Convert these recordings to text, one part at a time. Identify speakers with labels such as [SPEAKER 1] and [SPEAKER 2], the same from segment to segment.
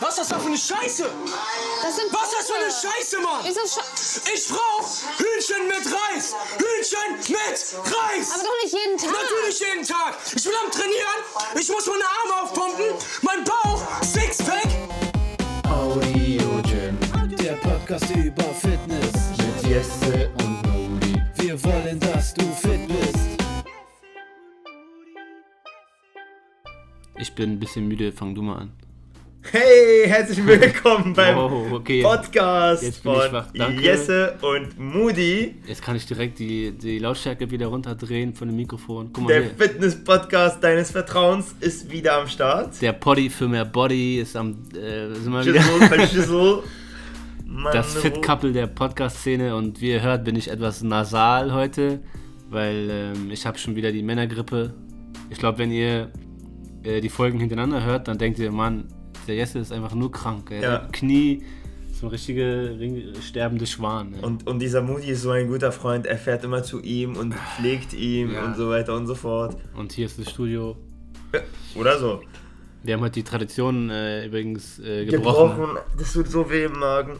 [SPEAKER 1] Was ist das da für eine Scheiße?
[SPEAKER 2] Das sind
[SPEAKER 1] Was ist das für eine
[SPEAKER 2] Punkte.
[SPEAKER 1] Scheiße, Mann?
[SPEAKER 2] Ist das Sch
[SPEAKER 1] Ich brauch Hühnchen mit Reis! Hühnchen mit Reis!
[SPEAKER 2] Aber doch nicht jeden Tag.
[SPEAKER 1] Natürlich jeden Tag! Ich will am Trainieren, ich muss meine Arme aufpumpen, mein Bauch, Sixpack!
[SPEAKER 3] Audio Gym
[SPEAKER 4] Der Podcast über Fitness.
[SPEAKER 3] mit Jesse und Nuri.
[SPEAKER 4] Wir wollen, dass du fit bist.
[SPEAKER 5] Ich bin ein bisschen müde, fang du mal an.
[SPEAKER 6] Hey, herzlich willkommen beim
[SPEAKER 5] Wow, okay.
[SPEAKER 6] Podcast
[SPEAKER 5] Oh, Jetzt bin ich
[SPEAKER 6] von
[SPEAKER 5] wach, danke.
[SPEAKER 6] Jesse und Moody,
[SPEAKER 5] Jetzt kann ich direkt die, die Lautstärke wieder runterdrehen von dem Mikrofon. Guck mal
[SPEAKER 6] der
[SPEAKER 5] hier.
[SPEAKER 6] Fitness-Podcast deines Vertrauens, ist wieder am Start.
[SPEAKER 5] Der Poddy für mehr Body ist am. Äh, sind wir wieder.
[SPEAKER 6] Schüssel, Verschüssel. Mann, oh.
[SPEAKER 5] Das Fit
[SPEAKER 6] wo-
[SPEAKER 5] Couple der Podcast-Szene und wie ihr hört, bin ich etwas nasal heute, weil ähm, ich habe schon wieder die Männergrippe. Ich glaube, wenn ihr äh, die Folgen hintereinander hört, dann denkt ihr, Mann, der Jesse ist einfach nur krank. Er
[SPEAKER 6] Ja.
[SPEAKER 5] hat Knie, so ein richtiger ring- sterbende Schwan. Ne?
[SPEAKER 6] Und, und dieser Moody ist so ein guter Freund, er fährt immer zu ihm und pflegt ihn
[SPEAKER 5] Ah, Ja.
[SPEAKER 6] und so weiter und so fort.
[SPEAKER 5] und hier ist das Studio.
[SPEAKER 6] Oder so.
[SPEAKER 5] Wir haben heute die Tradition äh, übrigens äh, gebrochen.
[SPEAKER 6] Gebrochen, das tut so weh im Magen.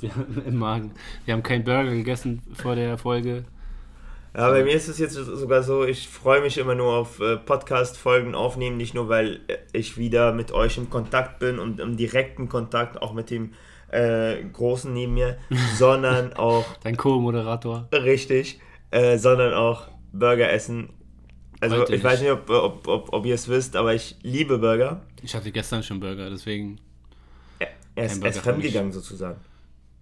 [SPEAKER 5] Wir haben, Im Magen. Wir haben keinen Burger gegessen vor der Folge.
[SPEAKER 6] Ja, bei mir ist es jetzt sogar so, ich freue mich immer nur auf äh, Podcast-Folgen aufnehmen, nicht nur, weil äh, ich wieder mit euch im Kontakt bin und im direkten Kontakt auch mit dem äh, Großen neben mir, sondern auch,
[SPEAKER 5] Dein Co-Moderator.
[SPEAKER 6] richtig, äh, sondern auch Burger essen. Also
[SPEAKER 5] Heute
[SPEAKER 6] ich weiß nicht, ob, ob, ob, ob ihr es wisst, aber ich liebe Burger.
[SPEAKER 5] Ich hatte gestern schon Burger, deswegen.
[SPEAKER 6] Er ist,
[SPEAKER 5] Kein
[SPEAKER 6] er ist
[SPEAKER 5] Burger für mich.
[SPEAKER 6] fremdgegangen sozusagen.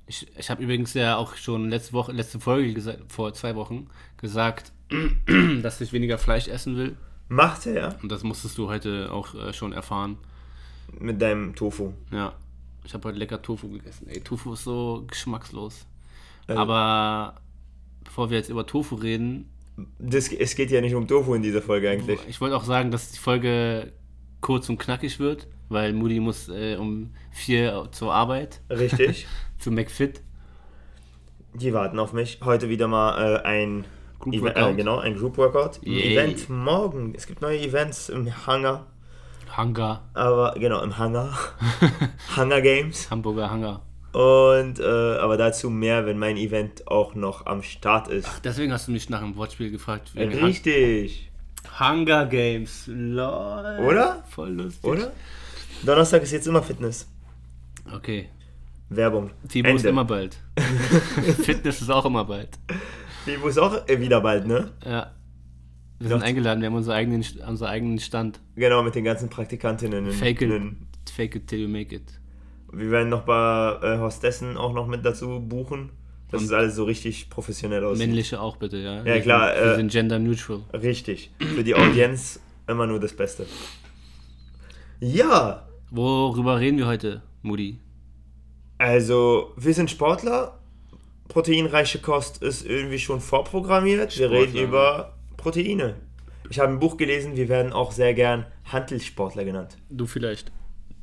[SPEAKER 5] Ich, ich habe übrigens ja auch schon letzte Woche, letzte Folge gesagt, vor zwei Wochen gesagt, dass ich weniger Fleisch essen will.
[SPEAKER 6] Macht er
[SPEAKER 5] Und das musstest du heute auch äh, schon erfahren.
[SPEAKER 6] mit deinem Tofu.
[SPEAKER 5] Ja. Ich habe heute lecker Tofu gegessen. Ey, Tofu ist so geschmackslos. Aber bevor wir jetzt über Tofu reden,
[SPEAKER 6] Das, es geht ja nicht um Tofu in dieser Folge eigentlich.
[SPEAKER 5] Ich wollte auch sagen, dass die Folge kurz und knackig wird, weil Moody muss äh, um vier zur Arbeit,
[SPEAKER 6] Richtig.
[SPEAKER 5] zu McFit.
[SPEAKER 6] Die warten auf mich. Heute wieder mal äh, ein
[SPEAKER 5] Group
[SPEAKER 6] Even-
[SPEAKER 5] Workout.
[SPEAKER 6] Äh, genau, ein Group Workout. Ein
[SPEAKER 5] Yay.
[SPEAKER 6] Event morgen. Es gibt neue Events im Hangar.
[SPEAKER 5] Hangar,
[SPEAKER 6] Aber genau, im Hangar. Hangar Games.
[SPEAKER 5] Hamburger Hangar.
[SPEAKER 6] Und äh, aber dazu mehr, wenn mein Event auch noch am Start ist.
[SPEAKER 5] Deswegen hast du mich nach dem Wortspiel gefragt.
[SPEAKER 6] Äh,
[SPEAKER 5] wegen Han-
[SPEAKER 6] Richtig.
[SPEAKER 5] Hunger Games. Lol.
[SPEAKER 6] Oder?
[SPEAKER 5] Voll lustig.
[SPEAKER 6] Oder? Donnerstag ist jetzt immer Fitness.
[SPEAKER 5] Okay.
[SPEAKER 6] Werbung.
[SPEAKER 5] Timo ist immer bald. Fitness ist auch immer bald.
[SPEAKER 6] Fibo ist auch äh, wieder bald, ne?
[SPEAKER 5] Ja. Wir sind
[SPEAKER 6] Doch.
[SPEAKER 5] eingeladen, wir haben unseren eigenen, unseren eigenen Stand.
[SPEAKER 6] Genau, mit den ganzen Praktikantinnen.
[SPEAKER 5] Fake it. Fake it till you make it.
[SPEAKER 6] Wir werden noch ein paar äh, Hostessen auch noch mit dazu buchen. Das ist alles so richtig professionell aus.
[SPEAKER 5] Männliche auch bitte, ja? Wir sind-
[SPEAKER 6] klar,
[SPEAKER 5] Wir
[SPEAKER 6] äh,
[SPEAKER 5] sind gender neutral.
[SPEAKER 6] Richtig. Für die Audienz immer nur das Beste. Ja,
[SPEAKER 5] Worüber reden wir heute, Moody?
[SPEAKER 6] also wir sind Sportler. Proteinreiche Kost ist irgendwie schon vorprogrammiert. Wir reden
[SPEAKER 5] Sportler.
[SPEAKER 6] über Proteine. Ich habe ein Buch gelesen, wir werden auch sehr gern Handelssportler genannt.
[SPEAKER 5] Du vielleicht.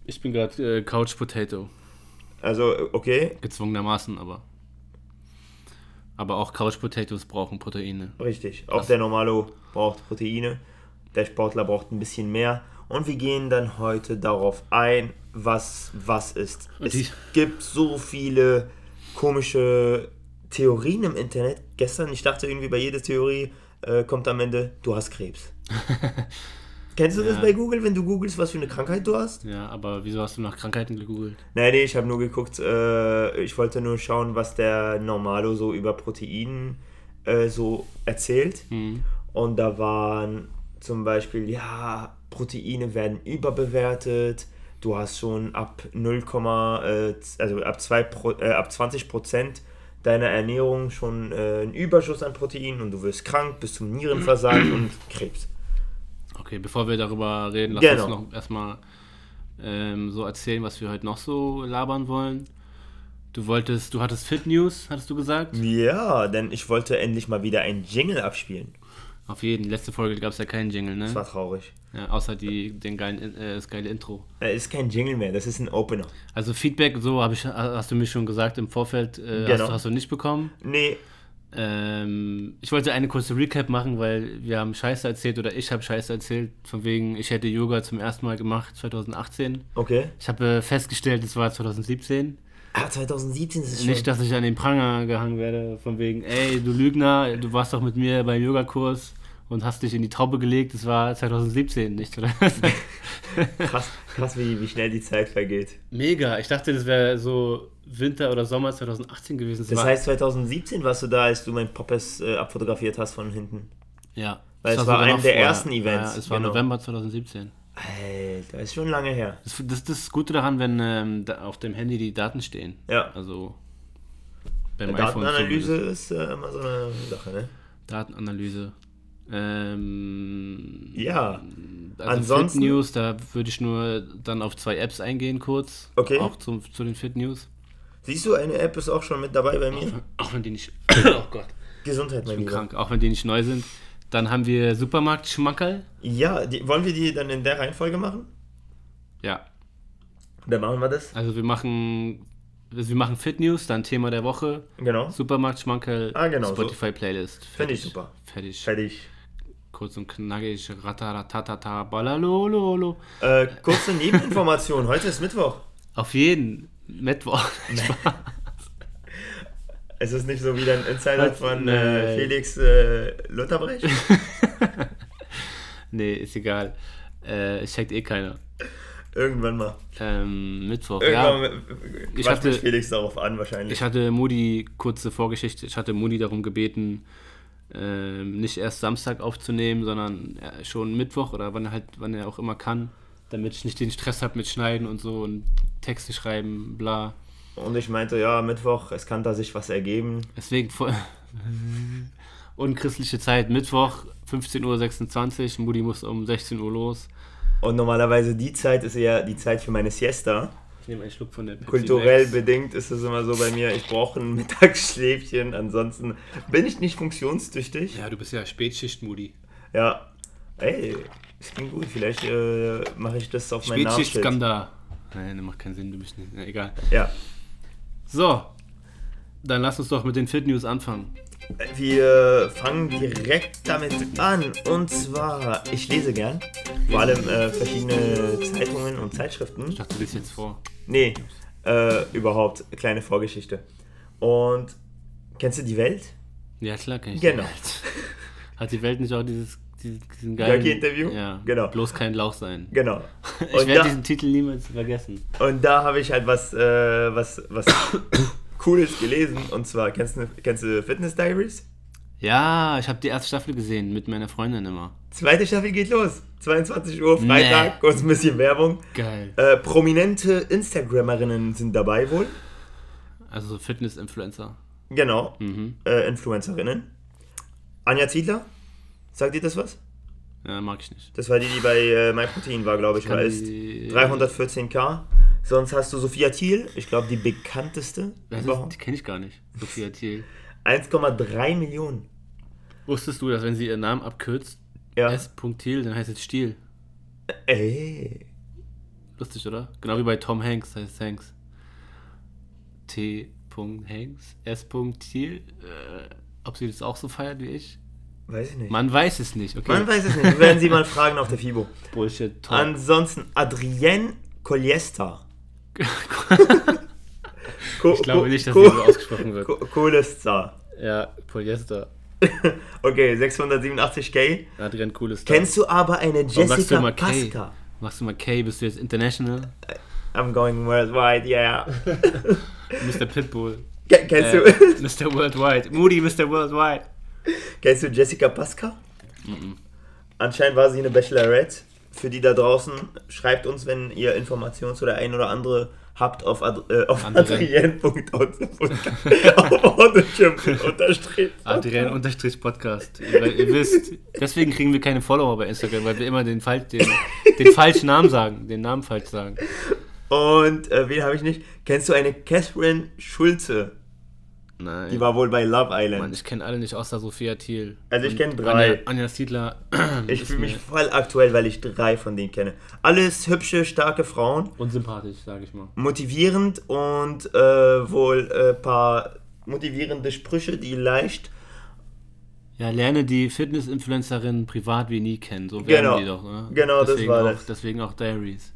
[SPEAKER 5] Ich bin gerade äh, Couch Potato.
[SPEAKER 6] Also, okay,
[SPEAKER 5] Gezwungenermaßen, aber. Aber auch Couch Potatoes brauchen Proteine.
[SPEAKER 6] richtig. Auch der Normalo braucht Proteine. Der Sportler braucht ein bisschen mehr. Und wir gehen dann heute darauf ein, was was ist.
[SPEAKER 5] Und die-
[SPEAKER 6] es gibt so viele komische Theorien im Internet. Gestern, ich dachte irgendwie bei jeder Theorie äh, kommt am Ende, du hast Krebs. Kennst du das bei Google, wenn du googelst, was für eine Krankheit du hast?
[SPEAKER 5] Ja, aber wieso hast du nach Krankheiten gegoogelt?
[SPEAKER 6] Nee, nee, ich habe nur geguckt, äh, ich wollte nur schauen, was der Normalo so über Proteinen äh, so erzählt. Und da waren zum Beispiel, ja, Proteine werden überbewertet. Du hast schon ab 0, äh, also ab, 2 Pro, äh, ab 20 Prozent deiner Ernährung schon äh, einen Überschuss an Proteinen und du wirst krank bis zum Nierenversagen und Krebs.
[SPEAKER 5] Okay, bevor wir darüber reden, lass
[SPEAKER 6] Genau.
[SPEAKER 5] uns noch erstmal ähm, so erzählen, was wir heute noch so labern wollen. Du wolltest, du hattest Fit News, hattest du gesagt?
[SPEAKER 6] Ja, denn ich wollte endlich mal wieder einen Jingle abspielen.
[SPEAKER 5] Auf jeden. Letzte Folge gab es ja keinen Jingle,
[SPEAKER 6] Das war
[SPEAKER 5] ne?
[SPEAKER 6] traurig.
[SPEAKER 5] Ja, außer die, den geilen, äh, das geile Intro.
[SPEAKER 6] Äh, ist kein Jingle mehr, das ist ein Opener.
[SPEAKER 5] Also Feedback, so habe ich, hast du mir schon gesagt im Vorfeld, äh,
[SPEAKER 6] Genau.
[SPEAKER 5] hast, du- hast du nicht bekommen.
[SPEAKER 6] Nee,
[SPEAKER 5] Ähm, ich wollte eine kurze Recap machen, weil wir haben Scheiße erzählt oder ich habe Scheiße erzählt, von wegen, ich hätte Yoga zum ersten Mal gemacht 2018.
[SPEAKER 6] Okay.
[SPEAKER 5] Ich habe äh, festgestellt, es war 2017.
[SPEAKER 6] Ah, 2017 ist es schon.
[SPEAKER 5] Nicht, dass ich an den Pranger gehangen werde, von wegen, ey, du Lügner, du warst doch mit mir beim Yogakurs und hast dich in die Taube gelegt, das war 2017, nicht, oder?
[SPEAKER 6] krass, krass wie, wie schnell die Zeit vergeht.
[SPEAKER 5] Mega, ich dachte, das wäre so Winter oder Sommer 2018 gewesen.
[SPEAKER 6] Das
[SPEAKER 5] war-
[SPEAKER 6] heißt, 2017 warst du da, als du mein Poppes äh, abfotografiert hast von hinten.
[SPEAKER 5] ja.
[SPEAKER 6] weil
[SPEAKER 5] Das
[SPEAKER 6] es war
[SPEAKER 5] sogar
[SPEAKER 6] einem
[SPEAKER 5] noch
[SPEAKER 6] der ersten Events,
[SPEAKER 5] Ja, es war
[SPEAKER 6] genau.
[SPEAKER 5] November 2017.
[SPEAKER 6] Alter, ist schon lange her.
[SPEAKER 5] Das, das, das ist Gute daran, wenn ähm, da auf dem Handy die Daten stehen.
[SPEAKER 6] Ja.
[SPEAKER 5] Also beim iPhone
[SPEAKER 6] Datenanalyse
[SPEAKER 5] zumindest.
[SPEAKER 6] ist äh, immer so eine Sache, ne?
[SPEAKER 5] Datenanalyse. Ähm,
[SPEAKER 6] Ja.
[SPEAKER 5] also
[SPEAKER 6] ansonsten-
[SPEAKER 5] Fit News, da würde ich nur dann auf zwei Apps eingehen kurz.
[SPEAKER 6] Okay.
[SPEAKER 5] Auch zum, zu den Fit News.
[SPEAKER 6] Siehst du, eine App ist auch schon mit dabei bei mir.
[SPEAKER 5] Auch wenn die nicht. Oh Gott.
[SPEAKER 6] Gesundheit, mein
[SPEAKER 5] Bin
[SPEAKER 6] Lieber.
[SPEAKER 5] krank. Auch wenn die nicht neu sind. Dann haben wir Supermarkt-Schmankerl.
[SPEAKER 6] Ja, die, wollen wir die dann in der Reihenfolge machen?
[SPEAKER 5] Ja.
[SPEAKER 6] Dann machen wir das.
[SPEAKER 5] Also wir machen. Also wir machen Fit News, dann Thema der Woche.
[SPEAKER 6] Genau.
[SPEAKER 5] Supermarkt-Schmankerl.
[SPEAKER 6] Ah, genau, so.
[SPEAKER 5] Spotify-Playlist.
[SPEAKER 6] Finde
[SPEAKER 5] Fertig.
[SPEAKER 6] ich super.
[SPEAKER 5] Fertig.
[SPEAKER 6] Fertig.
[SPEAKER 5] Kurz und knackig. Rataratatata. Balalololo.
[SPEAKER 6] Äh, kurze Nebeninformation. Heute ist Mittwoch.
[SPEAKER 5] Auf jeden. Mittwoch.
[SPEAKER 6] Es ist nicht so wie dein Insider von äh,
[SPEAKER 5] Nein.
[SPEAKER 6] Felix äh, Lutherbrecht.
[SPEAKER 5] nee, ist egal. Äh, es checkt eh keiner.
[SPEAKER 6] Irgendwann mal.
[SPEAKER 5] Ähm, Mittwoch, ja.
[SPEAKER 6] Irgendwann
[SPEAKER 5] Ich
[SPEAKER 6] ich quatscht
[SPEAKER 5] hatte-
[SPEAKER 6] mich Felix darauf an wahrscheinlich.
[SPEAKER 5] Ich hatte Moody, kurze Vorgeschichte, ich hatte Moody darum gebeten, ähm, nicht erst Samstag aufzunehmen, sondern äh, schon Mittwoch oder wann, halt, wann er auch immer kann, damit ich nicht den Stress habe mit Schneiden und so und Texte schreiben, bla.
[SPEAKER 6] Und ich meinte, ja, Mittwoch, es kann da sich was ergeben.
[SPEAKER 5] Deswegen voll unchristliche Zeit, Mittwoch, 15.26 Uhr, Moody muss um 16 Uhr los.
[SPEAKER 6] Und normalerweise die Zeit ist eher die Zeit für meine Siesta.
[SPEAKER 5] Ich nehme einen Schluck von der Pepsi
[SPEAKER 6] Kulturell
[SPEAKER 5] Max.
[SPEAKER 6] bedingt ist es immer so bei mir, ich brauche ein Mittagsschläfchen, ansonsten bin ich nicht funktionstüchtig. Ja.
[SPEAKER 5] Ja, du bist ja Spätschicht, Moody.
[SPEAKER 6] Ey, das klingt gut, vielleicht äh, mache ich das auf meinen Namen.
[SPEAKER 5] Spätschicht, Skandal. Nein, das macht keinen Sinn, du bist nicht, na, egal.
[SPEAKER 6] Ja.
[SPEAKER 5] So, dann lass uns doch mit den Fit News anfangen.
[SPEAKER 6] Wir fangen direkt damit an. Und zwar, ich lese gern. Vor allem äh, verschiedene Zeitungen und Zeitschriften.
[SPEAKER 5] Ich dachte, du liest jetzt vor.
[SPEAKER 6] Nee, äh, überhaupt. Kleine Vorgeschichte. Und kennst du die Welt?
[SPEAKER 5] Ja, klar, kenn ich.
[SPEAKER 6] Genau.
[SPEAKER 5] Hat die Welt nicht auch dieses, dieses, diesen geilen...
[SPEAKER 6] Jackie-Interview?
[SPEAKER 5] Ja,
[SPEAKER 6] Genau.
[SPEAKER 5] bloß kein Lauch sein.
[SPEAKER 6] Genau.
[SPEAKER 5] Ich
[SPEAKER 6] Und
[SPEAKER 5] werde
[SPEAKER 6] da,
[SPEAKER 5] diesen Titel niemals vergessen.
[SPEAKER 6] und da habe ich halt was, äh, was, was Cooles gelesen. Und zwar, kennst du, kennst du Fitness Diaries?
[SPEAKER 5] Ja, ich habe die erste Staffel gesehen, mit meiner Freundin immer.
[SPEAKER 6] Zweite Staffel geht los. 22 Uhr, Freitag,
[SPEAKER 5] Nee.
[SPEAKER 6] kurz ein bisschen Werbung.
[SPEAKER 5] Geil.
[SPEAKER 6] Äh, prominente Instagrammerinnen sind dabei wohl.
[SPEAKER 5] Also so Fitness-Influencer.
[SPEAKER 6] Genau. Äh, Influencerinnen. Anja Ziedler? Sagt ihr das was?
[SPEAKER 5] Ja, mag ich nicht.
[SPEAKER 6] Das war die, die bei äh, MyProtein war, glaube ich,
[SPEAKER 5] kann
[SPEAKER 6] oder ist.
[SPEAKER 5] die-
[SPEAKER 6] 314k. Sonst hast du Sophia Thiel, ich glaube die bekannteste.
[SPEAKER 5] Das ist,
[SPEAKER 6] überhaupt.
[SPEAKER 5] die kenne ich gar nicht. Sophia Thiel.
[SPEAKER 6] 1,3 Millionen.
[SPEAKER 5] Wusstest du, dass wenn sie ihren Namen abkürzt,
[SPEAKER 6] Ja.
[SPEAKER 5] S. Thiel, dann heißt es Stiel.
[SPEAKER 6] Ey.
[SPEAKER 5] Lustig, oder? Genau wie bei Tom Hanks heißt Hanks. T. Hanks, S. Thiel. Äh, ob sie das auch so feiert wie ich?
[SPEAKER 6] Weiß ich nicht.
[SPEAKER 5] Man weiß es nicht. Okay.
[SPEAKER 6] Man weiß es nicht. Wir werden sie mal fragen auf der FIBO.
[SPEAKER 5] Bullshit. Tom.
[SPEAKER 6] Ansonsten Adrienne Coliesta. Co
[SPEAKER 5] ich glaube nicht, dass
[SPEAKER 6] Co
[SPEAKER 5] sie so ausgesprochen wird.
[SPEAKER 6] Co Coliesta.
[SPEAKER 5] Ja, Polyester.
[SPEAKER 6] Okay, 687k.
[SPEAKER 5] Adrian Cooles.
[SPEAKER 6] Kennst du aber eine
[SPEAKER 5] Warum sagst du
[SPEAKER 6] Jessica
[SPEAKER 5] mal Kay?
[SPEAKER 6] Pasca?
[SPEAKER 5] Machst du mal Kay? Bist du jetzt international?
[SPEAKER 6] I'm going worldwide, yeah.
[SPEAKER 5] Mr. Pitbull.
[SPEAKER 6] Ke- Kennst,
[SPEAKER 5] Äh,
[SPEAKER 6] du,
[SPEAKER 5] Mr. Worldwide. Moody, Mr. Worldwide.
[SPEAKER 6] kennst du Jessica Pasca? Anscheinend war sie eine Bachelorette. Für die da draußen, schreibt uns, wenn ihr Informationen zu der einen oder andere habt, auf, Ad äh, auf
[SPEAKER 5] Andere.
[SPEAKER 6] adrien.out- auf Autoschimpfen unterstrich.
[SPEAKER 5] Adrian unterstrich Podcast. Weil ihr wisst, deswegen kriegen wir keine Follower bei Instagram, weil wir immer den, Fal den, den falschen Namen sagen, den Namen falsch sagen.
[SPEAKER 6] Und äh, wen habe ich nicht? Kennst du eine Catherine Schulze?
[SPEAKER 5] Nein.
[SPEAKER 6] Die war wohl bei Love Island.
[SPEAKER 5] Äh. Mann, ich kenne alle nicht außer Sophia Thiel.
[SPEAKER 6] Also ich
[SPEAKER 5] Und
[SPEAKER 6] kenn drei.
[SPEAKER 5] Anja, Anja Siedler.
[SPEAKER 6] ich
[SPEAKER 5] ist
[SPEAKER 6] fühle mich
[SPEAKER 5] mir
[SPEAKER 6] voll aktuell, weil ich drei von denen kenne. Alles hübsche, starke Frauen.
[SPEAKER 5] unsympathisch, sage ich mal.
[SPEAKER 6] motivierend und äh, wohl ein äh, paar motivierende Sprüche, die leicht
[SPEAKER 5] Ja, lerne die Fitness-Influencerin privat wie nie kennen. So werden
[SPEAKER 6] Genau.
[SPEAKER 5] die doch, oder?
[SPEAKER 6] Genau, das war
[SPEAKER 5] auch,
[SPEAKER 6] das.
[SPEAKER 5] Deswegen auch Diaries.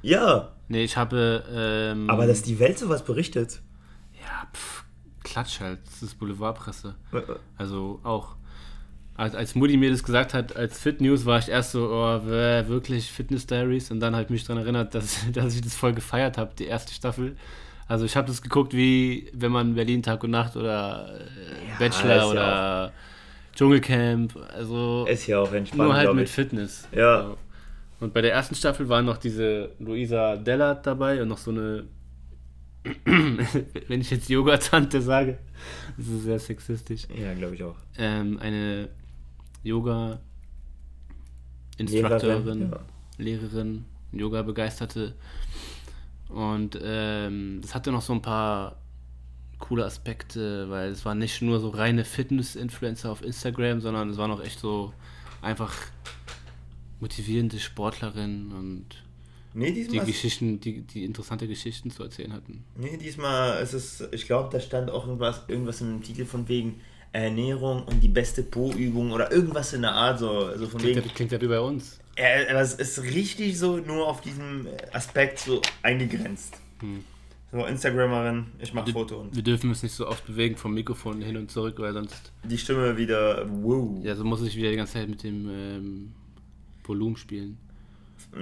[SPEAKER 6] Ja,
[SPEAKER 5] Nee, ich habe. Ähm,
[SPEAKER 6] aber dass die Welt sowas berichtet.
[SPEAKER 5] Ja, pff, Klatsch halt. Das ist Boulevardpresse.
[SPEAKER 6] Äh,
[SPEAKER 5] Also auch. Als, als Mutti mir das gesagt hat, als Fit News war ich erst so, oh, wä, wirklich Fitness Diaries. Und dann habe ich mich daran erinnert, dass, dass ich das voll gefeiert habe, die erste Staffel. Also ich habe das geguckt, wie wenn man Berlin Tag und Nacht oder äh, Bachelor
[SPEAKER 6] ist ja
[SPEAKER 5] oder Dschungelcamp. Also
[SPEAKER 6] Ist ja auch entspannt,
[SPEAKER 5] nur halt
[SPEAKER 6] glaube
[SPEAKER 5] mit
[SPEAKER 6] ich.
[SPEAKER 5] Fitness.
[SPEAKER 6] Ja.
[SPEAKER 5] So. Und bei der ersten Staffel waren noch diese Luisa Dellert dabei und noch so eine, wenn ich jetzt Yoga-Tante sage, das ist sehr sexistisch,
[SPEAKER 6] Ja, glaube ich auch.
[SPEAKER 5] ähm, eine Yoga-Instrukteurin,
[SPEAKER 6] Lehrerin, ja.
[SPEAKER 5] Lehrerin, Yoga-Begeisterte. Und ähm, das hatte noch so ein paar coole Aspekte, weil es waren nicht nur so reine Fitness-Influencer auf Instagram, sondern es waren auch echt so einfach motivierende Sportlerinnen und
[SPEAKER 6] Nee,
[SPEAKER 5] die
[SPEAKER 6] diesmal, ist,
[SPEAKER 5] Geschichten, die, die interessante Geschichten zu erzählen hatten.
[SPEAKER 6] nee, diesmal ist es, ich glaube, da stand auch irgendwas, irgendwas im Titel von wegen Ernährung und die beste Po-Übung oder irgendwas in der Art, so, also von
[SPEAKER 5] Klingt ja,
[SPEAKER 6] wegen,
[SPEAKER 5] klingt ja wie bei uns.
[SPEAKER 6] Äh, aber es ist richtig so nur auf diesem Aspekt so eingegrenzt. So, Instagramerin, ich mach Foto und
[SPEAKER 5] Wir dürfen uns nicht so oft bewegen vom Mikrofon hin und zurück, weil sonst
[SPEAKER 6] die Stimme wieder, wow.
[SPEAKER 5] Ja, so muss ich wieder die ganze Zeit mit dem ähm, Volumen spielen.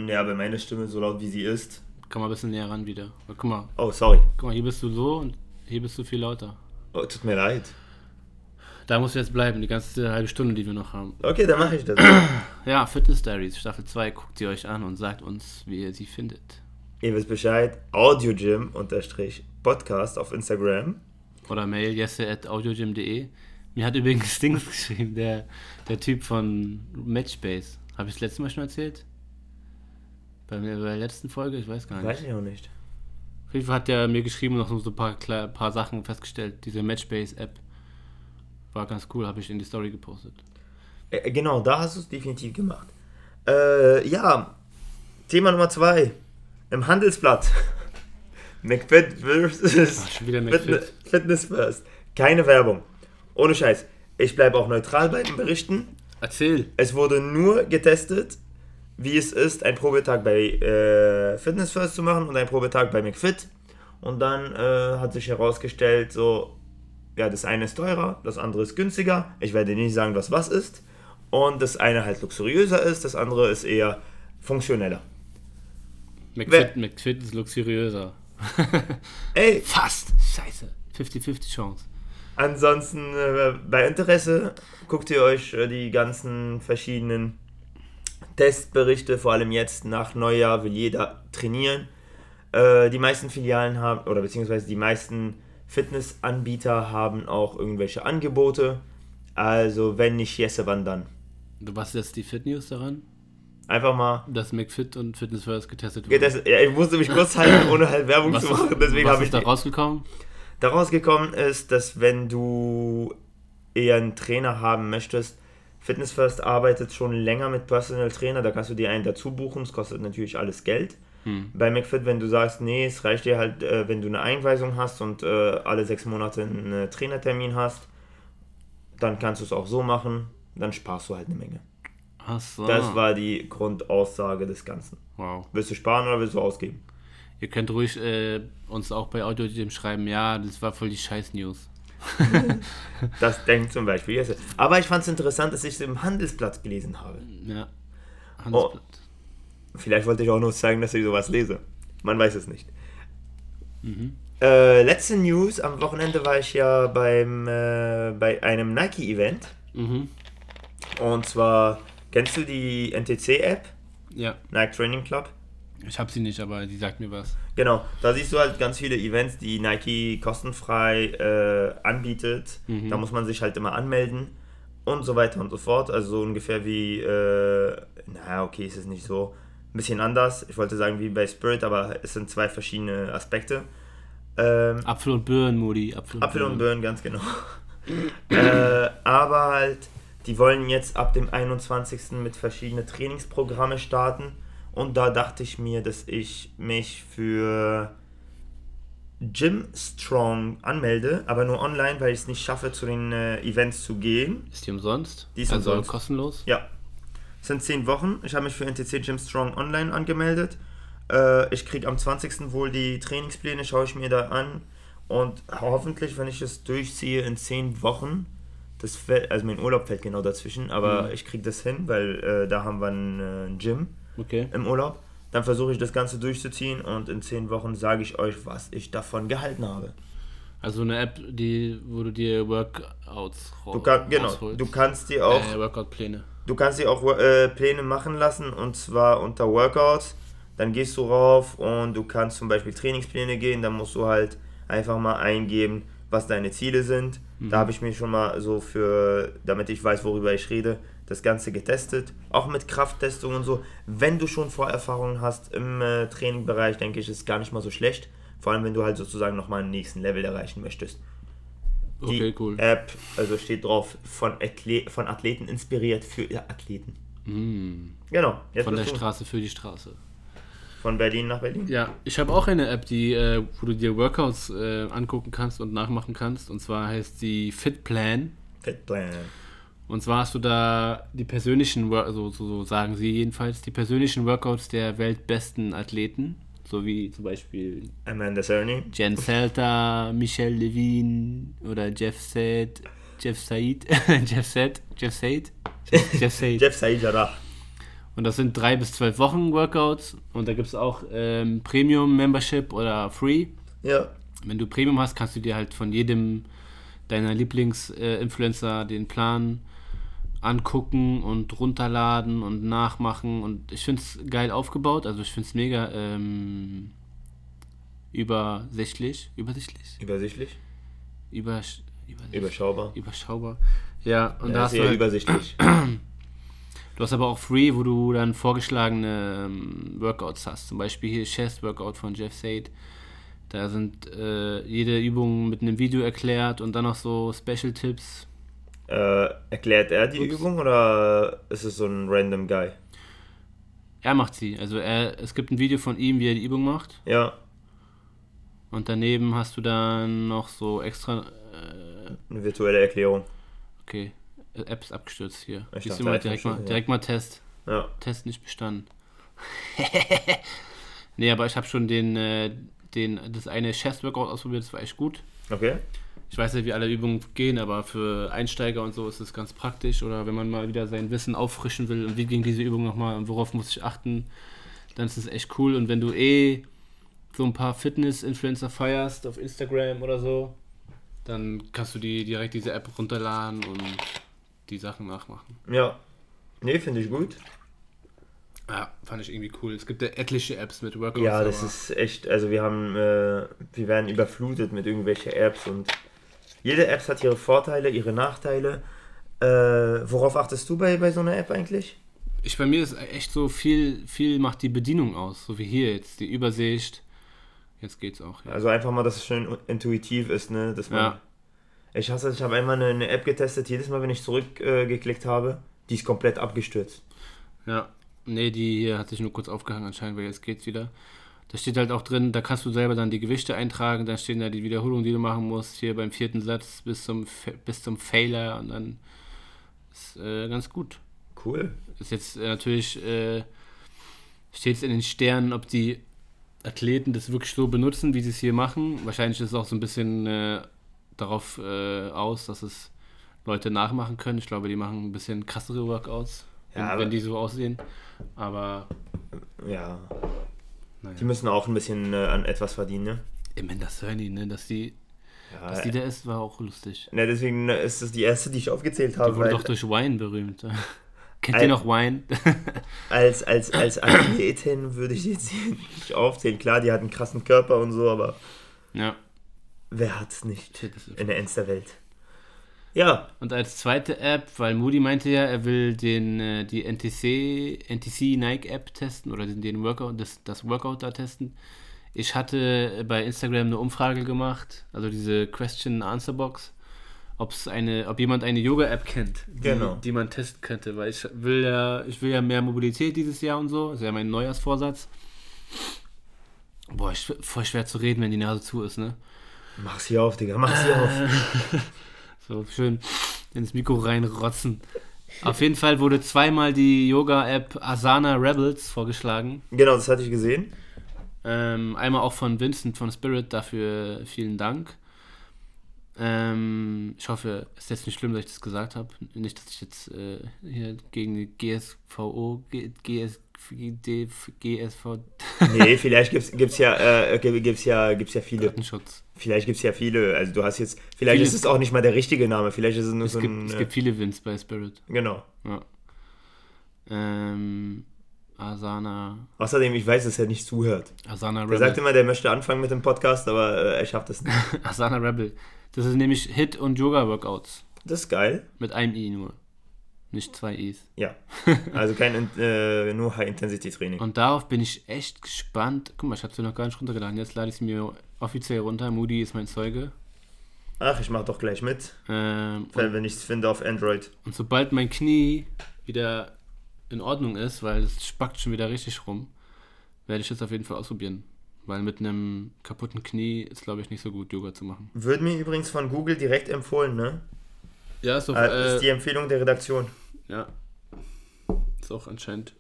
[SPEAKER 6] Ja, aber meine Stimme so laut wie sie ist.
[SPEAKER 5] Komm mal ein bisschen näher ran wieder. Guck mal,
[SPEAKER 6] Oh, sorry.
[SPEAKER 5] guck mal, hier bist du so und hier bist du viel lauter.
[SPEAKER 6] Oh, tut mir leid.
[SPEAKER 5] Da musst du jetzt bleiben, die ganze halbe Stunde, die wir noch haben.
[SPEAKER 6] Okay, dann mache ich das.
[SPEAKER 5] Ja, Fitness Diaries, Staffel 2, guckt sie euch an und sagt uns, wie ihr sie findet.
[SPEAKER 6] Ihr wisst Bescheid. Audiogym-Podcast auf Instagram.
[SPEAKER 5] Oder mail jesse.audiogym.de. Mir hat übrigens Dings geschrieben, der, der Typ von Matchbase. Habe ich das letzte Mal schon erzählt? Bei, mir, bei der letzten Folge? Ich weiß gar nicht.
[SPEAKER 6] Weiß ich auch nicht.
[SPEAKER 5] Auf jeden Fall hat der mir geschrieben und noch so ein paar, kle- paar Sachen festgestellt. Diese Matchbase-App war ganz cool, habe ich in die Story gepostet.
[SPEAKER 6] Äh, genau, da hast du es definitiv gemacht. Äh, ja, Thema Nummer zwei. Im Handelsblatt. McFit versus
[SPEAKER 5] Ach, Ah, schon wieder
[SPEAKER 6] Fit-
[SPEAKER 5] McFit.
[SPEAKER 6] Fitness First. Keine Werbung. Ohne Scheiß. Ich bleibe auch neutral bei den Berichten.
[SPEAKER 5] Erzähl.
[SPEAKER 6] Es wurde nur getestet, wie es ist, einen Probetag bei äh, Fitness First zu machen und einen Probetag bei McFit. Und dann äh, hat sich herausgestellt, so, ja, das eine ist teurer, das andere ist günstiger. Ich werde nicht sagen, was was ist. Und das eine halt luxuriöser ist, das andere ist eher funktioneller.
[SPEAKER 5] McFit,
[SPEAKER 6] Wer-
[SPEAKER 5] McFit ist luxuriöser.
[SPEAKER 6] Ey,
[SPEAKER 5] Fast. Scheiße. 50-50 Chance.
[SPEAKER 6] Ansonsten, äh, bei Interesse, guckt ihr euch äh, die ganzen verschiedenen Testberichte, vor allem jetzt nach Neujahr will jeder trainieren. Äh, die meisten Filialen haben, oder beziehungsweise die meisten Fitnessanbieter haben auch irgendwelche Angebote. Also, wenn nicht Jesse, wann dann?
[SPEAKER 5] Du warst jetzt die Fit News daran,
[SPEAKER 6] Einfach mal.
[SPEAKER 5] dass McFit und Fitness First getestet
[SPEAKER 6] Geht
[SPEAKER 5] wurden.
[SPEAKER 6] das, ja, ich musste mich kurz halten, ohne halt Werbung
[SPEAKER 5] Was
[SPEAKER 6] zu
[SPEAKER 5] ist,
[SPEAKER 6] machen. Deswegen
[SPEAKER 5] was
[SPEAKER 6] habe
[SPEAKER 5] ist
[SPEAKER 6] ich
[SPEAKER 5] da
[SPEAKER 6] die-
[SPEAKER 5] rausgekommen?
[SPEAKER 6] daraus gekommen ist, dass wenn du eher einen Trainer haben möchtest, Fitness First arbeitet schon länger mit Personal Trainer, da kannst du dir einen dazu buchen, es kostet natürlich alles Geld. Bei McFit, wenn du sagst, nee, es reicht dir halt, äh, wenn du eine Einweisung hast und äh, alle sechs Monate einen äh, Trainertermin hast, dann kannst du es auch so machen, dann sparst du halt eine Menge.
[SPEAKER 5] Ach so.
[SPEAKER 6] Das war die Grundaussage des Ganzen.
[SPEAKER 5] wow.
[SPEAKER 6] Willst du sparen oder willst du ausgeben?
[SPEAKER 5] Ihr könnt ruhig äh, uns auch bei Audio schreiben, ja, das war voll die Scheiß-News.
[SPEAKER 6] Das denkt zum Beispiel Jesse. Aber ich fand es interessant, dass ich es im Handelsblatt gelesen habe.
[SPEAKER 5] Ja.
[SPEAKER 6] Oh.
[SPEAKER 5] Handelsblatt.
[SPEAKER 6] Vielleicht wollte ich auch nur zeigen, dass ich sowas lese. Man weiß es nicht. Äh, letzte News, am Wochenende war ich ja beim, äh, bei einem Nike-Event.
[SPEAKER 5] Mhm.
[SPEAKER 6] Und zwar, kennst du die NTC-App?
[SPEAKER 5] Ja.
[SPEAKER 6] Nike Training Club?
[SPEAKER 5] Ich hab sie nicht, aber die sagt mir was.
[SPEAKER 6] Genau, da siehst du halt ganz viele Events, die Nike kostenfrei äh, anbietet. Da muss man sich halt immer anmelden und so weiter und so fort. Also so ungefähr wie, äh, naja, okay, ist es nicht so. Ein bisschen anders. Ich wollte sagen wie bei Spirit, aber es sind zwei verschiedene Aspekte. Ähm,
[SPEAKER 5] Apfel und Birnen, Modi. Apfel und,
[SPEAKER 6] Apfel und Birnen, ganz genau. äh, aber halt, die wollen jetzt ab dem 21. mit verschiedenen Trainingsprogramme starten. Und da dachte ich mir, dass ich mich für Jim Strong anmelde, aber nur online, weil ich es nicht schaffe, zu den äh, Events zu gehen.
[SPEAKER 5] Ist die umsonst?
[SPEAKER 6] Die ist
[SPEAKER 5] also
[SPEAKER 6] umsonst.
[SPEAKER 5] kostenlos?
[SPEAKER 6] Ja, es sind zehn Wochen. Ich habe mich für NTC Jim Strong online angemeldet. Äh, ich kriege am 20. wohl die Trainingspläne, schaue ich mir da an. Und hoffentlich, wenn ich es durchziehe, in zehn Wochen, das fällt, also mein Urlaub fällt genau dazwischen, aber ich kriege das hin, weil äh, da haben wir ein, äh, ein Gym
[SPEAKER 5] Okay.
[SPEAKER 6] im Urlaub. Dann versuche ich das Ganze durchzuziehen und in zehn Wochen sage ich euch, was ich davon gehalten habe.
[SPEAKER 5] Also eine App, die, wo du dir Workouts raus-
[SPEAKER 6] Du, kann, genau,
[SPEAKER 5] rausholst.
[SPEAKER 6] du kannst dir auch
[SPEAKER 5] äh, Workout-Pläne.
[SPEAKER 6] Du kannst dir auch äh, Pläne machen lassen und zwar unter Workouts. Dann gehst du rauf und du kannst zum Beispiel Trainingspläne gehen. Dann musst du halt einfach mal eingeben, was deine Ziele sind. Da habe ich mir schon mal so für, damit ich weiß, worüber ich rede, das Ganze getestet. Auch mit Krafttestung und so. Wenn du schon Vorerfahrungen hast im äh, Trainingbereich, denke ich, ist gar nicht mal so schlecht. Vor allem, wenn du halt sozusagen nochmal einen nächsten Level erreichen möchtest. Die
[SPEAKER 5] Okay, cool.
[SPEAKER 6] App, also steht drauf, von, Athle von Athleten inspiriert für Athleten. Genau,
[SPEAKER 5] Mm.
[SPEAKER 6] jetzt
[SPEAKER 5] Von der
[SPEAKER 6] bist du.
[SPEAKER 5] Straße für die Straße.
[SPEAKER 6] Von Berlin nach Berlin.
[SPEAKER 5] Ja, ich habe auch eine App, die, äh, wo du dir Workouts äh, angucken kannst und nachmachen kannst. Und zwar heißt die FitPlan.
[SPEAKER 6] Fitplan.
[SPEAKER 5] Und zwar hast du da die persönlichen, Wor- so, so, so sagen sie jedenfalls, die persönlichen Workouts der weltbesten Athleten. So wie zum Beispiel
[SPEAKER 6] Amanda Cerny.
[SPEAKER 5] Jen Selter, Michelle Levine oder Jeff Said. Jeff Said. Jeff Said. Jeff Said. Jeff Said.
[SPEAKER 6] Jeff Said Jarrah.
[SPEAKER 5] Und das sind drei bis zwölf Wochen Workouts. Und da gibt es auch ähm, Premium-Membership oder Free.
[SPEAKER 6] Ja.
[SPEAKER 5] Wenn du Premium hast, kannst du dir halt von jedem deiner Lieblingsinfluencer den Plan angucken und runterladen und nachmachen. Und ich finde es geil aufgebaut. Also ich finde es mega ähm, übersichtlich. Übersichtlich?
[SPEAKER 6] Übersichtlich.
[SPEAKER 5] Übersch übersichtlich?
[SPEAKER 6] Überschaubar.
[SPEAKER 5] Überschaubar. Ja, und da
[SPEAKER 6] Ja,
[SPEAKER 5] hast du,
[SPEAKER 6] sehr
[SPEAKER 5] halt,
[SPEAKER 6] übersichtlich.
[SPEAKER 5] du hast aber auch Free, wo du dann vorgeschlagene ähm, Workouts hast. Zum Beispiel hier Chest Workout von Jeff Said. Da sind äh, jede Übung mit einem Video erklärt und dann noch so Special Tipps.
[SPEAKER 6] äh, erklärt er die Übung oder ist es so ein random Guy?
[SPEAKER 5] Er macht sie. Also er, es gibt ein Video von ihm, wie er die Übung macht.
[SPEAKER 6] Ja.
[SPEAKER 5] Und daneben hast du dann noch so extra. Äh,
[SPEAKER 6] Eine virtuelle Erklärung.
[SPEAKER 5] okay, Apps abgestürzt hier.
[SPEAKER 6] Ich
[SPEAKER 5] Siehst
[SPEAKER 6] dachte,
[SPEAKER 5] du mal
[SPEAKER 6] iPhone
[SPEAKER 5] direkt, mal,
[SPEAKER 6] schon, ja.
[SPEAKER 5] direkt mal Test.
[SPEAKER 6] Ja.
[SPEAKER 5] Test nicht bestanden. nee, aber ich habe schon den, äh, den, das eine Chest-Workout ausprobiert, das war echt gut.
[SPEAKER 6] Okay.
[SPEAKER 5] Ich weiß nicht, wie alle Übungen gehen, aber für Einsteiger und so ist es ganz praktisch. Oder wenn man mal wieder sein Wissen auffrischen will und wie ging diese Übung nochmal und worauf muss ich achten, dann ist es echt cool. Und wenn du eh so ein paar Fitness-Influencer feierst auf Instagram oder so, dann kannst du die direkt diese App runterladen und die Sachen nachmachen.
[SPEAKER 6] Ja. Nee, finde ich gut.
[SPEAKER 5] Ja, fand ich irgendwie cool. Es gibt ja etliche Apps mit Workouts.
[SPEAKER 6] Ja, das
[SPEAKER 5] aber-
[SPEAKER 6] ist echt, also wir haben, äh, wir werden überflutet mit irgendwelchen Apps und jede App hat ihre Vorteile, ihre Nachteile. Äh, worauf achtest du bei, bei so einer App eigentlich?
[SPEAKER 5] Ich, bei mir ist echt so viel, viel macht die Bedienung aus. So wie hier jetzt, die Übersicht. Jetzt geht's auch. Ja.
[SPEAKER 6] Also einfach mal, dass es schön intuitiv ist, ne? Dass man,
[SPEAKER 5] Ja.
[SPEAKER 6] Ich hasse, es, ich habe einmal eine, eine App getestet, jedes Mal, wenn ich zurückgeklickt äh, geklickt habe, die ist komplett abgestürzt.
[SPEAKER 5] ja. Nee, die hier hat sich nur kurz aufgehangen anscheinend, weil jetzt geht's wieder. Da steht halt auch drin, da kannst du selber dann die Gewichte eintragen, dann stehen da die Wiederholungen, die du machen musst, hier beim vierten Satz bis zum, Fa- bis zum Failer und dann ist äh, ganz gut.
[SPEAKER 6] Cool.
[SPEAKER 5] ist jetzt äh, natürlich äh, steht es in den Sternen, ob die Athleten das wirklich so benutzen, wie sie es hier machen. Wahrscheinlich ist es auch so ein bisschen äh, darauf äh, aus, dass es Leute nachmachen können. Ich glaube, die machen ein bisschen krassere Workouts, wenn,
[SPEAKER 6] Ja, aber-
[SPEAKER 5] wenn die so aussehen. Aber
[SPEAKER 6] Ja. Die müssen auch ein bisschen äh, an etwas verdienen, ne?
[SPEAKER 5] Amanda Cerny, ne, dass die,
[SPEAKER 6] Ja,
[SPEAKER 5] dass die da ist, war auch lustig.
[SPEAKER 6] ne, deswegen ist es die erste, die ich aufgezählt habe.
[SPEAKER 5] Wurde
[SPEAKER 6] weil-
[SPEAKER 5] doch durch Wine berühmt. Kennt
[SPEAKER 6] Al-
[SPEAKER 5] ihr noch Wine?
[SPEAKER 6] als, als, als Athletin würde ich jetzt hier nicht aufzählen. Klar, die hat einen krassen Körper und so, aber
[SPEAKER 5] ja.
[SPEAKER 6] wer hat's nicht
[SPEAKER 5] Shit, das ist
[SPEAKER 6] in der Insta-Welt? Ja,
[SPEAKER 5] Und als zweite App, weil Moody meinte ja, er will den, äh, die NTC, NTC Nike App testen oder den, den Workout, das, das Workout da testen. Ich hatte bei Instagram eine Umfrage gemacht, also diese Question Answer Box, ob's eine, ob jemand eine Yoga App kennt, die,
[SPEAKER 6] Genau.
[SPEAKER 5] die man testen könnte, weil ich will ja, ich will ja mehr Mobilität dieses Jahr und so, ist ja mein Neujahrsvorsatz. Boah, ich, voll schwer zu reden, wenn die Nase zu ist, ne?
[SPEAKER 6] Mach sie auf, Digga, mach sie
[SPEAKER 5] Ah.
[SPEAKER 6] auf.
[SPEAKER 5] So schön ins Mikro reinrotzen. Auf jeden Fall wurde zweimal die Yoga-App Asana Rebels vorgeschlagen.
[SPEAKER 6] Genau, das hatte ich gesehen.
[SPEAKER 5] Ähm, einmal auch von Vincent von Spirit, dafür vielen Dank. Ähm, ich hoffe, es ist jetzt nicht schlimm, dass ich das gesagt habe. Nicht, dass ich jetzt äh, hier gegen die GSVO, G- GS, GD, GSV,
[SPEAKER 6] Nee, vielleicht gibt's, gibt's ja, äh, gibt- gibt's ja, gibt's ja viele.
[SPEAKER 5] Datenschutz.
[SPEAKER 6] Vielleicht gibt's ja viele. Also du hast jetzt, vielleicht
[SPEAKER 5] Viele-
[SPEAKER 6] ist es auch nicht mal der richtige Name. Vielleicht ist es nur
[SPEAKER 5] Es
[SPEAKER 6] so
[SPEAKER 5] gibt,
[SPEAKER 6] ein.
[SPEAKER 5] es
[SPEAKER 6] äh,
[SPEAKER 5] gibt viele Wins bei Spirit.
[SPEAKER 6] Genau.
[SPEAKER 5] Ja. Ähm, Asana,
[SPEAKER 6] Außerdem, ich weiß, dass er nicht zuhört.
[SPEAKER 5] Asana
[SPEAKER 6] Er sagt
[SPEAKER 5] Rebel.
[SPEAKER 6] immer, der möchte anfangen mit dem Podcast, aber äh, er schafft es nicht.
[SPEAKER 5] Asana Rebel. Das ist nämlich Hit- und Yoga-Workouts.
[SPEAKER 6] Das ist geil.
[SPEAKER 5] Mit einem I nur. Nicht zwei Is.
[SPEAKER 6] Ja. Also kein äh, nur High-Intensity-Training.
[SPEAKER 5] Und darauf bin ich echt gespannt. Guck mal, ich habe sie noch gar nicht runtergeladen. Jetzt lade ich sie mir offiziell runter. Moody ist mein Zeuge.
[SPEAKER 6] Ach, ich mach doch gleich mit,
[SPEAKER 5] Ähm, und,
[SPEAKER 6] wenn ich es finde auf Android.
[SPEAKER 5] und sobald mein Knie wieder in Ordnung ist, weil es spackt schon wieder richtig rum, werde ich das auf jeden Fall ausprobieren. Weil mit einem kaputten Knie ist, glaube ich, nicht so gut, Yoga zu machen.
[SPEAKER 6] Wird mir übrigens von Google direkt empfohlen, ne?
[SPEAKER 5] Ja, ist, auf,
[SPEAKER 6] Äh, ist
[SPEAKER 5] äh,
[SPEAKER 6] die Empfehlung der Redaktion.
[SPEAKER 5] ja. ist auch anscheinend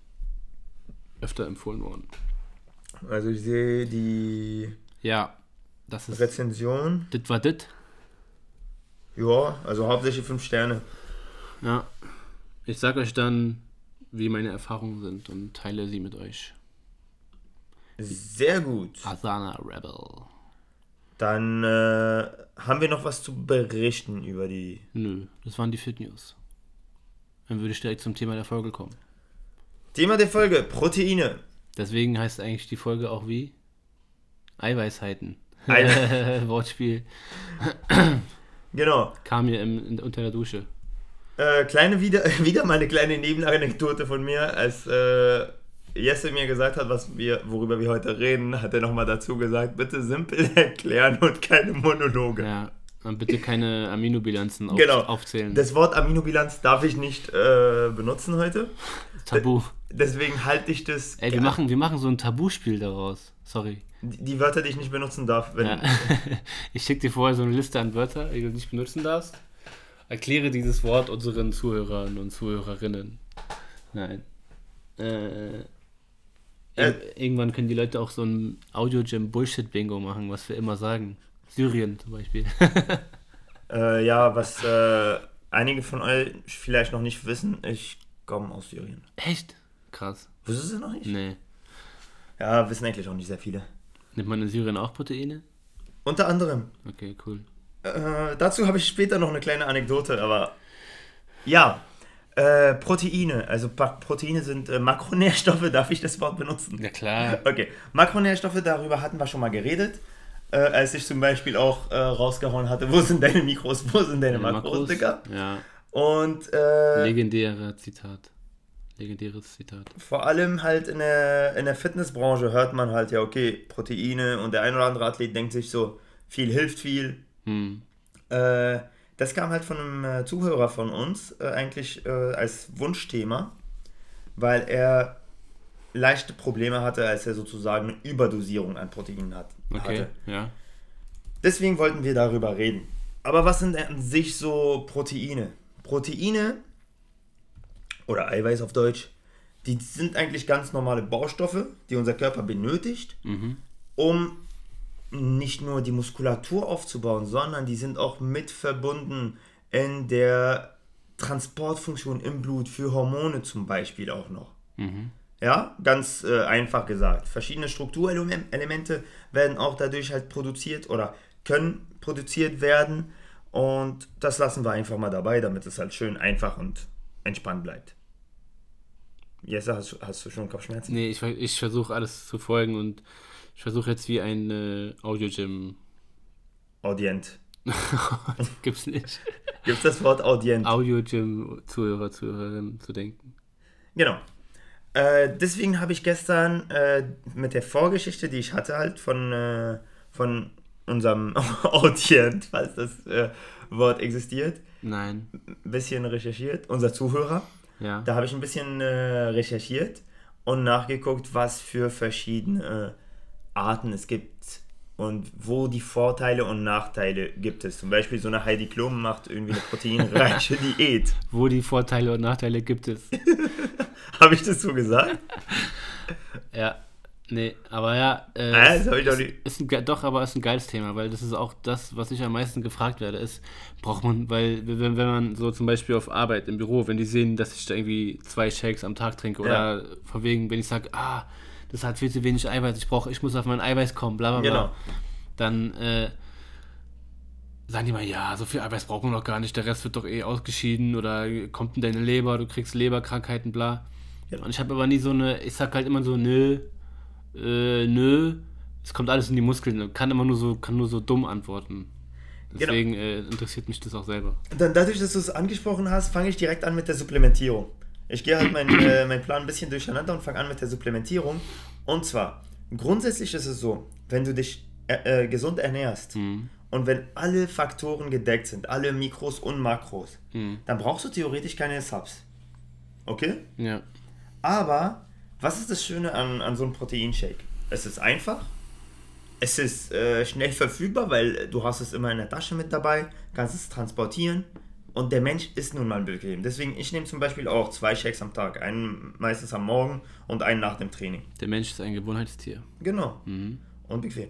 [SPEAKER 5] öfter empfohlen worden.
[SPEAKER 6] Also ich sehe die
[SPEAKER 5] Ja, das ist.
[SPEAKER 6] Rezension.
[SPEAKER 5] Das war das.
[SPEAKER 6] Ja, also hauptsächlich 5 Sterne.
[SPEAKER 5] Ja. Ich sag euch dann, wie meine Erfahrungen sind und teile sie mit euch.
[SPEAKER 6] Sehr gut.
[SPEAKER 5] Asana Rebel.
[SPEAKER 6] Dann äh, haben wir noch was zu berichten über die.
[SPEAKER 5] Nö, das waren die Fit News. Dann würde ich direkt zum Thema der Folge kommen.
[SPEAKER 6] Thema der Folge, Proteine.
[SPEAKER 5] Deswegen heißt eigentlich die Folge auch wie? Eiweißheiten.
[SPEAKER 6] Ei-
[SPEAKER 5] Wortspiel.
[SPEAKER 6] genau.
[SPEAKER 5] Kam mir im, in, unter der Dusche.
[SPEAKER 6] Äh, kleine wieder, wieder mal eine kleine Nebenanekdote von mir, als äh, Jesse mir gesagt hat, was wir, worüber wir heute reden, hat er nochmal dazu gesagt, bitte simpel erklären und keine Monologe.
[SPEAKER 5] Ja. Dann bitte keine Aminobilanzen auf,
[SPEAKER 6] Genau.
[SPEAKER 5] aufzählen.
[SPEAKER 6] Das Wort Aminobilanz darf ich nicht äh, benutzen heute.
[SPEAKER 5] Tabu.
[SPEAKER 6] Deswegen halte ich das.
[SPEAKER 5] Ey, wir machen, wir machen so ein Tabuspiel daraus. Sorry.
[SPEAKER 6] Die die Wörter, die ich nicht benutzen darf. Wenn,
[SPEAKER 5] Ja. Ich schicke dir vorher so eine Liste an Wörtern, die du nicht benutzen darfst. Erkläre dieses Wort unseren Zuhörern und Zuhörerinnen. Nein. Äh, ir- Irgendwann können die Leute auch so ein Audio-Jam-Bullshit-Bingo machen, was wir immer sagen. Syrien zum Beispiel.
[SPEAKER 6] Äh, ja, was äh, einige von euch vielleicht noch nicht wissen, ich komme aus Syrien.
[SPEAKER 5] Echt? Krass.
[SPEAKER 6] Wusstest du noch nicht?
[SPEAKER 5] Nee.
[SPEAKER 6] Ja, wissen eigentlich auch nicht sehr viele.
[SPEAKER 5] Nimmt man in Syrien auch Proteine?
[SPEAKER 6] Unter anderem.
[SPEAKER 5] Okay, cool.
[SPEAKER 6] Äh, dazu habe ich später noch eine kleine Anekdote, aber ja. Äh, Proteine, also Pa- Proteine sind äh, Makronährstoffe, darf ich das Wort benutzen?
[SPEAKER 5] Ja klar.
[SPEAKER 6] Okay, Makronährstoffe, darüber hatten wir schon mal geredet, äh, als ich zum Beispiel auch äh, rausgehauen hatte, wo sind deine Mikros, wo sind deine Makros,
[SPEAKER 5] Makros.
[SPEAKER 6] Digga?
[SPEAKER 5] Ja.
[SPEAKER 6] Und äh,
[SPEAKER 5] Legendärer Zitat. Legendäres Zitat.
[SPEAKER 6] vor allem halt in der, in der Fitnessbranche hört man halt, ja, okay, Proteine und der ein oder andere Athlet denkt sich so, viel hilft viel.
[SPEAKER 5] Hm.
[SPEAKER 6] Äh, das kam halt von einem äh, Zuhörer von uns äh, eigentlich äh, als Wunschthema, weil er leichte Probleme hatte, als er sozusagen eine Überdosierung an Proteinen hat,
[SPEAKER 5] Okay,
[SPEAKER 6] hatte.
[SPEAKER 5] ja.
[SPEAKER 6] Deswegen wollten wir darüber reden. Aber was sind an sich so Proteine? Proteine oder Eiweiß auf Deutsch, die sind eigentlich ganz normale Baustoffe, die unser Körper benötigt, um nicht nur die Muskulatur aufzubauen, sondern die sind auch mit verbunden in der Transportfunktion im Blut für Hormone zum Beispiel auch noch. Ja, ganz äh, einfach gesagt. Verschiedene Strukturelemente werden auch dadurch halt produziert oder können produziert werden. Und das lassen wir einfach mal dabei, damit es halt schön einfach und entspannt bleibt. Jesse, hast, hast du schon Kopfschmerzen?
[SPEAKER 5] Nee, ich, ver- ich versuche alles zu folgen und ich versuche jetzt wie ein äh, Audio-Gym.
[SPEAKER 6] Audient.
[SPEAKER 5] Gibt's nicht.
[SPEAKER 6] Gibt es das Wort Audient?
[SPEAKER 5] Audio-Gym-Zuhörer, Zuhörerin zu denken.
[SPEAKER 6] Genau. Äh, deswegen habe ich gestern äh, mit der Vorgeschichte, die ich hatte, halt von, äh, von unserem Audient, falls das äh, Wort existiert,
[SPEAKER 5] Nein.
[SPEAKER 6] ein bisschen recherchiert. Unser Zuhörer.
[SPEAKER 5] Ja.
[SPEAKER 6] Da habe ich ein bisschen äh, recherchiert und nachgeguckt, was für verschiedene Arten es gibt und wo die Vorteile und Nachteile gibt es. Zum Beispiel so eine Heidi Klum macht irgendwie eine proteinreiche Diät.
[SPEAKER 5] Wo die Vorteile und Nachteile gibt es.
[SPEAKER 6] Habe ich das so gesagt?
[SPEAKER 5] Ja, nee, aber ja. Äh,
[SPEAKER 6] Äh, das hab ich doch nicht.
[SPEAKER 5] Ist ein, ge- doch, aber ist ein geiles Thema, weil das ist auch das, was ich am meisten gefragt werde, ist, braucht man, weil wenn, wenn man so zum Beispiel auf Arbeit im Büro, wenn die sehen, dass ich da irgendwie zwei Shakes am Tag trinke oder von wegen, wenn ich sage, ah, das hat viel zu wenig Eiweiß, ich brauche, ich muss auf mein Eiweiß kommen, bla bla bla,
[SPEAKER 6] Genau.
[SPEAKER 5] dann äh, sagen die mal, ja, so viel Eiweiß braucht man doch gar nicht, der Rest wird doch eh ausgeschieden oder kommt in deine Leber, du kriegst Leberkrankheiten, bla.
[SPEAKER 6] Genau.
[SPEAKER 5] Und ich habe aber nie so eine, ich sag halt immer so, nö, äh, nö, es kommt alles in die Muskeln, und kann immer nur so, kann nur so dumm antworten. Deswegen äh, interessiert mich das auch selber.
[SPEAKER 6] Dann dadurch, dass du es angesprochen hast, fange ich direkt an mit der Supplementierung. Ich gehe halt meinen äh, meinen Plan ein bisschen durcheinander und fange an mit der Supplementierung. Und zwar, grundsätzlich ist es so, wenn du dich äh, äh, gesund ernährst und wenn alle Faktoren gedeckt sind, alle Mikros und Makros, dann brauchst du theoretisch keine Subs. Okay?
[SPEAKER 5] Ja.
[SPEAKER 6] Aber was ist das Schöne an, an so einem Proteinshake? Es ist einfach, es ist äh, schnell verfügbar, weil du hast es immer in der Tasche mit dabei, kannst es transportieren und der Mensch ist nun mal bequem. Deswegen, ich nehme zum Beispiel auch zwei Shakes am Tag, einen meistens am Morgen und einen nach dem Training.
[SPEAKER 5] Der Mensch ist ein Gewohnheitstier.
[SPEAKER 6] Genau. Und bequem.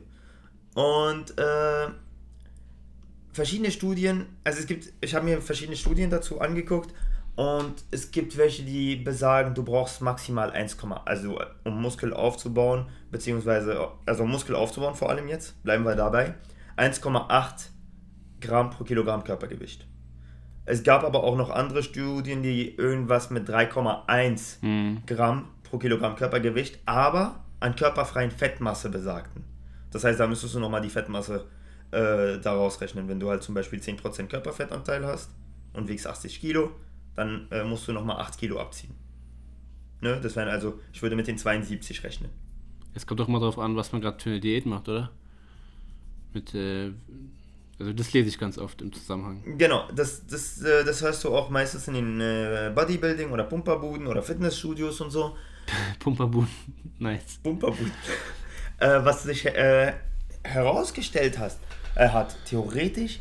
[SPEAKER 6] Und äh, verschiedene Studien, also es gibt, ich habe mir verschiedene Studien dazu angeguckt und es gibt welche, die besagen, du brauchst maximal 1, also äh, um Muskel aufzubauen, beziehungsweise, also um Muskel aufzubauen vor allem jetzt, bleiben wir dabei, 1,8 Gramm pro Kilogramm Körpergewicht. Es gab aber auch noch andere Studien, die irgendwas mit 3,1 Gramm pro Kilogramm Körpergewicht, aber an körperfreien Fettmasse besagten. Das heißt, da müsstest du nochmal die Fettmasse äh, daraus rechnen. Wenn du halt zum Beispiel 10% Körperfettanteil hast und wiegst 80 Kilo, dann äh, musst du nochmal 8 Kilo abziehen. Ne? Das wären also, ich würde mit den 72 rechnen.
[SPEAKER 5] Es kommt doch mal drauf an, was man gerade für eine Diät macht, oder? Mit, äh, also das lese ich ganz oft im Zusammenhang.
[SPEAKER 6] Genau, das, das, äh, das hörst du auch meistens in den äh, Bodybuilding- oder Pumperbuden oder Fitnessstudios und so.
[SPEAKER 5] Pumperbuden, nice.
[SPEAKER 6] Bumperbut. äh, was sich äh, herausgestellt hast, äh, hat, theoretisch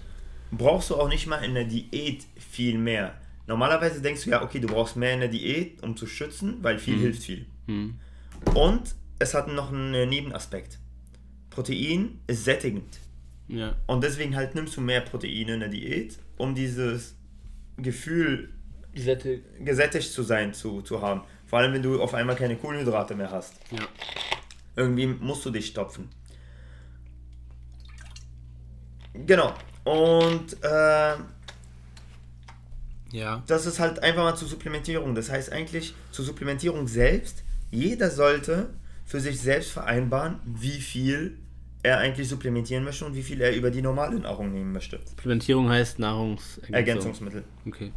[SPEAKER 6] brauchst du auch nicht mal in der Diät viel mehr. Normalerweise denkst du ja, okay, du brauchst mehr in der Diät, um zu schützen, weil viel hilft viel. Und es hat noch einen äh, Nebenaspekt. Protein ist sättigend.
[SPEAKER 5] Ja.
[SPEAKER 6] Und deswegen halt nimmst du mehr Proteine in der Diät, um dieses Gefühl gesättigt zu sein zu, zu haben. Vor allem, wenn du auf einmal keine Kohlenhydrate mehr hast.
[SPEAKER 5] Ja.
[SPEAKER 6] Irgendwie musst du dich stopfen. Genau. Und äh,
[SPEAKER 5] Ja.
[SPEAKER 6] das ist halt einfach mal zur Supplementierung. Das heißt eigentlich zur Supplementierung selbst, jeder sollte für sich selbst vereinbaren, wie viel er eigentlich supplementieren möchte und wie viel er über die normale Nahrung nehmen möchte.
[SPEAKER 5] Supplementierung heißt Nahrungsergänzung.
[SPEAKER 6] Ergänzungsmittel.
[SPEAKER 5] Okay.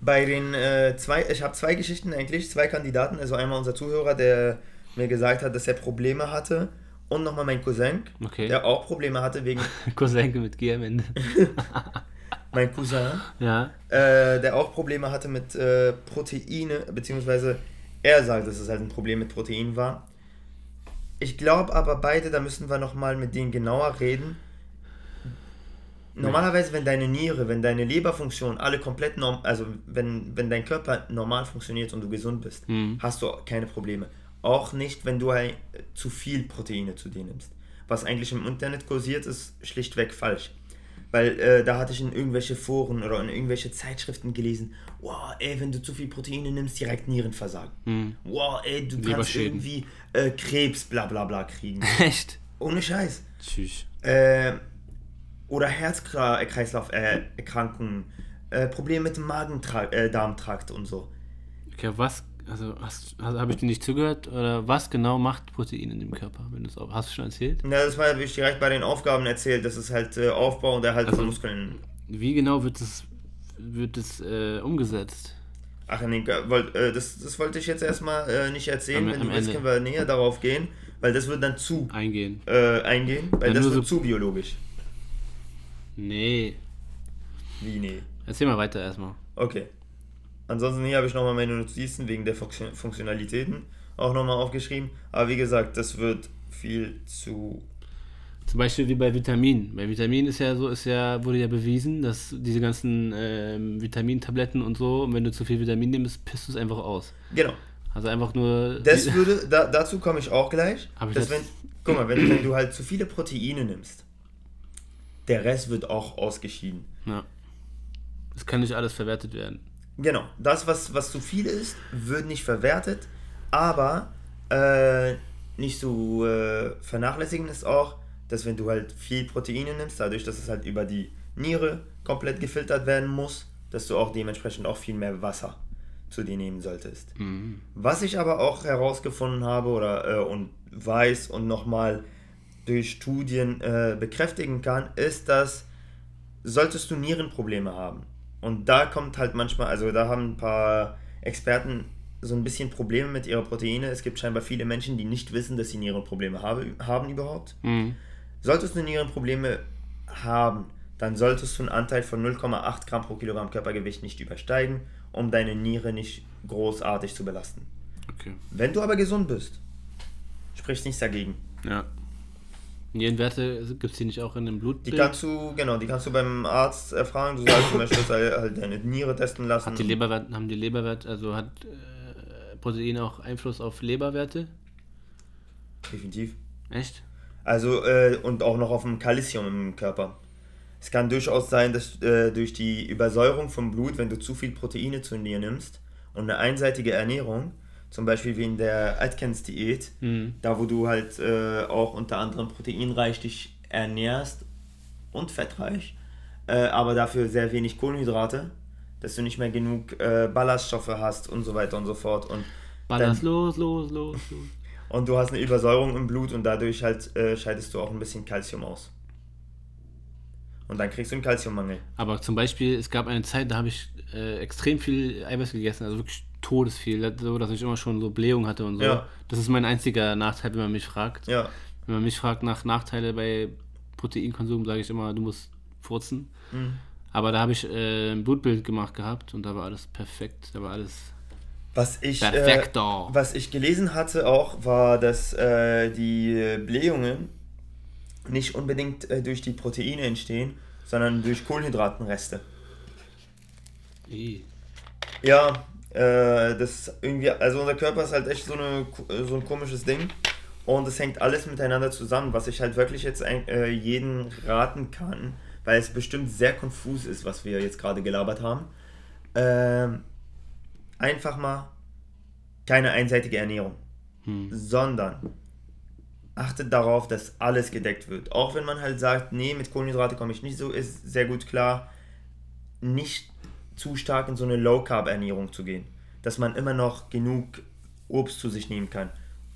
[SPEAKER 6] Bei den äh, zwei, ich habe zwei Geschichten eigentlich, zwei Kandidaten. Also einmal unser Zuhörer, der mir gesagt hat, dass er Probleme hatte. Und nochmal mein Cousin,
[SPEAKER 5] Okay.
[SPEAKER 6] der auch Probleme hatte wegen
[SPEAKER 5] Cousin mit G am Ende.
[SPEAKER 6] mein Cousin,
[SPEAKER 5] Ja.
[SPEAKER 6] äh, der auch Probleme hatte mit äh, Proteine, beziehungsweise er sagt, dass es halt ein Problem mit Protein war. Ich glaube aber beide, da müssen wir nochmal mit denen genauer reden. Normalerweise, wenn deine Niere, wenn deine Leberfunktion alle komplett normal, also wenn, wenn dein Körper normal funktioniert und du gesund bist, hast du keine Probleme. Auch nicht, wenn du ein, zu viel Proteine zu dir nimmst. Was eigentlich im Internet kursiert, ist schlichtweg falsch. Weil äh, da hatte ich in irgendwelche Foren oder in irgendwelche Zeitschriften gelesen, wow, ey, wenn du zu viel Proteine nimmst, direkt Nierenversagen. Wow, ey, du kannst
[SPEAKER 5] Leberschäden.
[SPEAKER 6] irgendwie äh, Krebs, bla bla bla kriegen.
[SPEAKER 5] Echt?
[SPEAKER 6] Ohne Scheiß.
[SPEAKER 5] Tschüss.
[SPEAKER 6] Äh, oder äh, Herz-Kreislauf-Erkrankungen, äh, Probleme mit dem Magen-Darmtrakt äh, Darmtrakt und so.
[SPEAKER 5] Okay, was, also hast, hast, habe ich dir nicht zugehört? Oder was genau macht Protein in dem Körper? Wenn du's, auch- hast du schon erzählt?
[SPEAKER 6] Na, das war, wie ich direkt bei den Aufgaben erzählt, das ist halt äh, Aufbau und Erhalt
[SPEAKER 5] Also-
[SPEAKER 6] von Muskeln.
[SPEAKER 5] Wie genau wird es wird es äh, umgesetzt?
[SPEAKER 6] Ach nee, ge- wollt, äh, das, das wollte ich jetzt erstmal äh, nicht erzählen,
[SPEAKER 5] Am-
[SPEAKER 6] wenn du
[SPEAKER 5] am
[SPEAKER 6] willst,
[SPEAKER 5] Ende.
[SPEAKER 6] können wir näher darauf gehen, weil das wird dann zu
[SPEAKER 5] Eingehen?
[SPEAKER 6] äh, eingehen, weil
[SPEAKER 5] Ja,
[SPEAKER 6] das
[SPEAKER 5] nur
[SPEAKER 6] wird
[SPEAKER 5] so-
[SPEAKER 6] zu biologisch.
[SPEAKER 5] Nee.
[SPEAKER 6] Wie, nee.
[SPEAKER 5] Erzähl mal weiter erstmal.
[SPEAKER 6] Okay. Ansonsten hier habe ich nochmal meine Notizen wegen der Funktio- Funktionalitäten auch nochmal aufgeschrieben. Aber wie gesagt, das wird viel zu.
[SPEAKER 5] Zum Beispiel wie bei Vitaminen. Bei Vitaminen ist ja so, ist ja, wurde ja bewiesen, dass diese ganzen ähm, Vitamintabletten und so, und wenn du zu viel Vitamin nimmst, pisst du es einfach aus.
[SPEAKER 6] Genau.
[SPEAKER 5] Also einfach nur.
[SPEAKER 6] Das würde, da, dazu komme ich auch gleich.
[SPEAKER 5] Hab ich
[SPEAKER 6] dass
[SPEAKER 5] das-
[SPEAKER 6] wenn, guck mal, wenn, wenn du halt zu viele Proteine nimmst, der Rest wird auch ausgeschieden.
[SPEAKER 5] ja. Das kann nicht alles verwertet werden.
[SPEAKER 6] Genau, das, was, was zu viel ist, wird nicht verwertet, aber äh, nicht zu äh, vernachlässigen ist auch, dass wenn du halt viel Proteine nimmst, dadurch, dass es halt über die Niere komplett gefiltert werden muss, dass du auch dementsprechend auch viel mehr Wasser zu dir nehmen solltest. Was ich aber auch herausgefunden habe oder äh, und weiß und nochmal durch Studien äh, bekräftigen kann, ist, dass solltest du Nierenprobleme haben. Und da kommt halt manchmal, also da haben ein paar Experten so ein bisschen Probleme mit ihrer Proteine. Es gibt scheinbar viele Menschen, die nicht wissen, dass sie Nierenprobleme habe, haben überhaupt.
[SPEAKER 5] Mhm.
[SPEAKER 6] Solltest du Nierenprobleme haben, dann solltest du einen Anteil von 0,8 Gramm pro Kilogramm Körpergewicht nicht übersteigen, um deine Niere nicht großartig zu belasten.
[SPEAKER 5] Okay.
[SPEAKER 6] Wenn du aber gesund bist, spricht nichts dagegen.
[SPEAKER 5] Ja. Nierenwerte gibt es die nicht auch in dem
[SPEAKER 6] Die
[SPEAKER 5] Blutbild?
[SPEAKER 6] kannst du, genau, die kannst du beim Arzt erfragen. Du sagst, du möchtest halt halt deine Niere testen lassen.
[SPEAKER 5] Hat die Leberwert, haben die Leberwerte, also hat äh, Protein auch Einfluss auf Leberwerte?
[SPEAKER 6] Definitiv.
[SPEAKER 5] Echt?
[SPEAKER 6] Also, äh, und auch noch auf dem Kalzium im Körper. Es kann durchaus sein, dass äh, durch die Übersäuerung vom Blut, wenn du zu viel Proteine zu dir nimmst und eine einseitige Ernährung, zum Beispiel wie in der Atkins-Diät, da wo du halt äh, auch unter anderem proteinreich dich ernährst und fettreich, äh, aber dafür sehr wenig Kohlenhydrate, dass du nicht mehr genug äh, Ballaststoffe hast und so weiter und so fort. Und
[SPEAKER 5] Ballast los, los, los, los.
[SPEAKER 6] und du hast eine Übersäuerung im Blut und dadurch halt äh, scheidest du auch ein bisschen Kalzium aus. Und dann kriegst du einen Kalziummangel.
[SPEAKER 5] Aber zum Beispiel, es gab eine Zeit, da habe ich äh, extrem viel Eiweiß gegessen, also wirklich todesviel, so dass ich immer schon so Blähung hatte und so.
[SPEAKER 6] Ja.
[SPEAKER 5] Das ist mein einziger Nachteil, wenn man mich fragt.
[SPEAKER 6] Ja,
[SPEAKER 5] Wenn man mich fragt nach Nachteile bei Proteinkonsum, sage ich immer, du musst furzen.
[SPEAKER 6] Mhm.
[SPEAKER 5] Aber da habe ich äh, ein Blutbild gemacht gehabt und da war alles perfekt, da war alles
[SPEAKER 6] Was ich, äh,
[SPEAKER 5] perfekto.
[SPEAKER 6] was ich gelesen hatte auch, war, dass äh, die Blähungen nicht unbedingt äh, durch die Proteine entstehen, sondern durch Kohlenhydratenreste.
[SPEAKER 5] Ih.
[SPEAKER 6] Ja, äh, das irgendwie, also unser Körper ist halt echt so, eine, so ein komisches Ding. Und es hängt alles miteinander zusammen, was ich halt wirklich jetzt ein- äh, jeden raten kann, weil es bestimmt sehr konfus ist, was wir jetzt gerade gelabert haben. Ähm, einfach mal keine einseitige Ernährung, sondern achtet darauf, dass alles gedeckt wird. Auch wenn man halt sagt, nee, mit Kohlenhydrate komme ich nicht so, ist sehr gut klar, nicht zu stark in so eine Low-Carb-Ernährung zu gehen. Dass man immer noch genug Obst zu sich nehmen kann,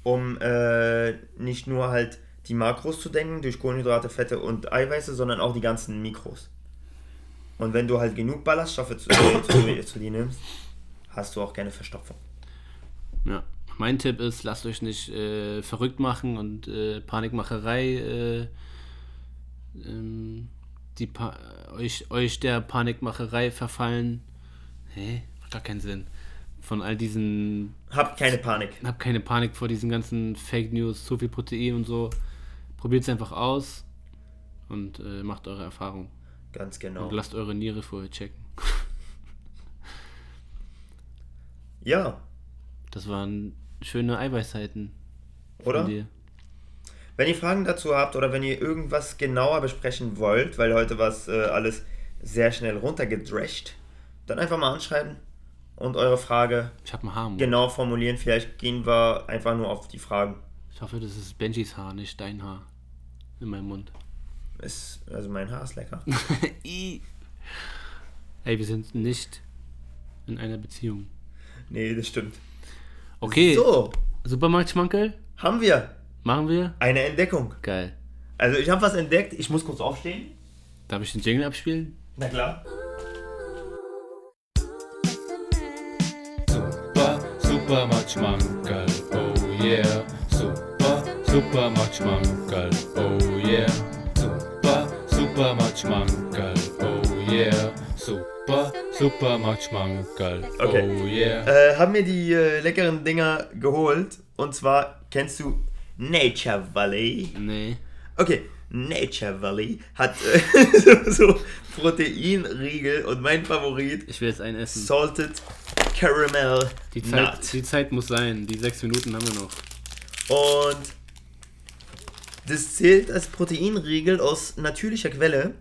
[SPEAKER 6] um äh, nicht nur halt die Makros zu denken, durch Kohlenhydrate, Fette und Eiweiße, sondern auch die ganzen Mikros. Und wenn du halt genug Ballaststoffe zu, zu, zu dir nimmst, hast du auch keine Verstopfung.
[SPEAKER 5] Ja. Mein Tipp ist, lasst euch nicht äh, verrückt machen und äh, Panikmacherei äh, ähm, die pa euch, euch der Panikmacherei verfallen. Hä? Macht gar keinen Sinn. Von all diesen
[SPEAKER 6] Habt keine Panik.
[SPEAKER 5] hab keine Panik vor diesen ganzen Fake News, zu viel Protein und so. Probiert es einfach aus und äh, macht eure Erfahrung.
[SPEAKER 6] Ganz genau.
[SPEAKER 5] Und lasst eure Niere vorher checken.
[SPEAKER 6] Ja,
[SPEAKER 5] Das waren schöne Eiweißzeiten
[SPEAKER 6] oder?
[SPEAKER 5] von dir.
[SPEAKER 6] Wenn ihr Fragen dazu habt oder wenn ihr irgendwas genauer besprechen wollt, weil heute war es äh, alles sehr schnell runtergedrescht, dann einfach mal anschreiben und eure Frage
[SPEAKER 5] Ich habe ein Haar. im Mund.
[SPEAKER 6] genau formulieren. Vielleicht gehen wir einfach nur auf die Fragen.
[SPEAKER 5] Ich hoffe, das ist Benjis Haar, nicht dein Haar. In meinem Mund.
[SPEAKER 6] Ist, also mein Haar ist lecker.
[SPEAKER 5] Ey, wir sind nicht in einer Beziehung.
[SPEAKER 6] nee, das stimmt.
[SPEAKER 5] Okay,
[SPEAKER 6] So,
[SPEAKER 5] Supermarktschmankel,
[SPEAKER 6] haben wir
[SPEAKER 5] machen wir.
[SPEAKER 6] eine Entdeckung.
[SPEAKER 5] Geil.
[SPEAKER 6] Also ich habe was entdeckt. Ich muss kurz aufstehen.
[SPEAKER 5] Darf ich den Jingle abspielen?
[SPEAKER 6] Na klar.
[SPEAKER 3] Super, Supermarktschmankerl, oh yeah. Super, Supermarktschmankerl, oh yeah. Super, Supermarktschmankerl, oh yeah. Super, Supermarktschmankerl,
[SPEAKER 6] Okay.
[SPEAKER 3] oh yeah.
[SPEAKER 6] Äh, haben mir die äh, leckeren Dinger geholt. Und zwar kennst du Nature Valley.
[SPEAKER 5] Nee.
[SPEAKER 6] Okay, Nature Valley hat äh, so, so Proteinriegel und mein Favorit
[SPEAKER 5] Ich will jetzt einen essen.
[SPEAKER 6] Salted Caramel
[SPEAKER 5] die, Zeit,
[SPEAKER 6] Nut.
[SPEAKER 5] die Zeit muss sein. Die sechs Minuten haben wir noch.
[SPEAKER 6] Und das zählt als Proteinriegel aus natürlicher Quelle,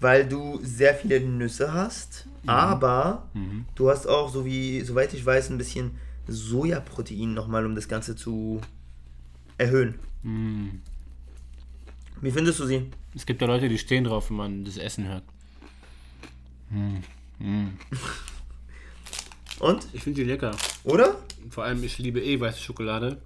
[SPEAKER 6] weil du sehr viele Nüsse hast,
[SPEAKER 5] Mhm.
[SPEAKER 6] aber du hast auch, so wie, soweit ich weiß, ein bisschen Sojaprotein nochmal, um das Ganze zu erhöhen.
[SPEAKER 5] Mhm.
[SPEAKER 6] Wie findest du sie?
[SPEAKER 5] Es gibt ja Leute, die stehen drauf, wenn man das Essen hört.
[SPEAKER 6] Und?
[SPEAKER 5] Ich finde die lecker.
[SPEAKER 6] Oder?
[SPEAKER 5] Vor allem, ich liebe eh weiße Schokolade.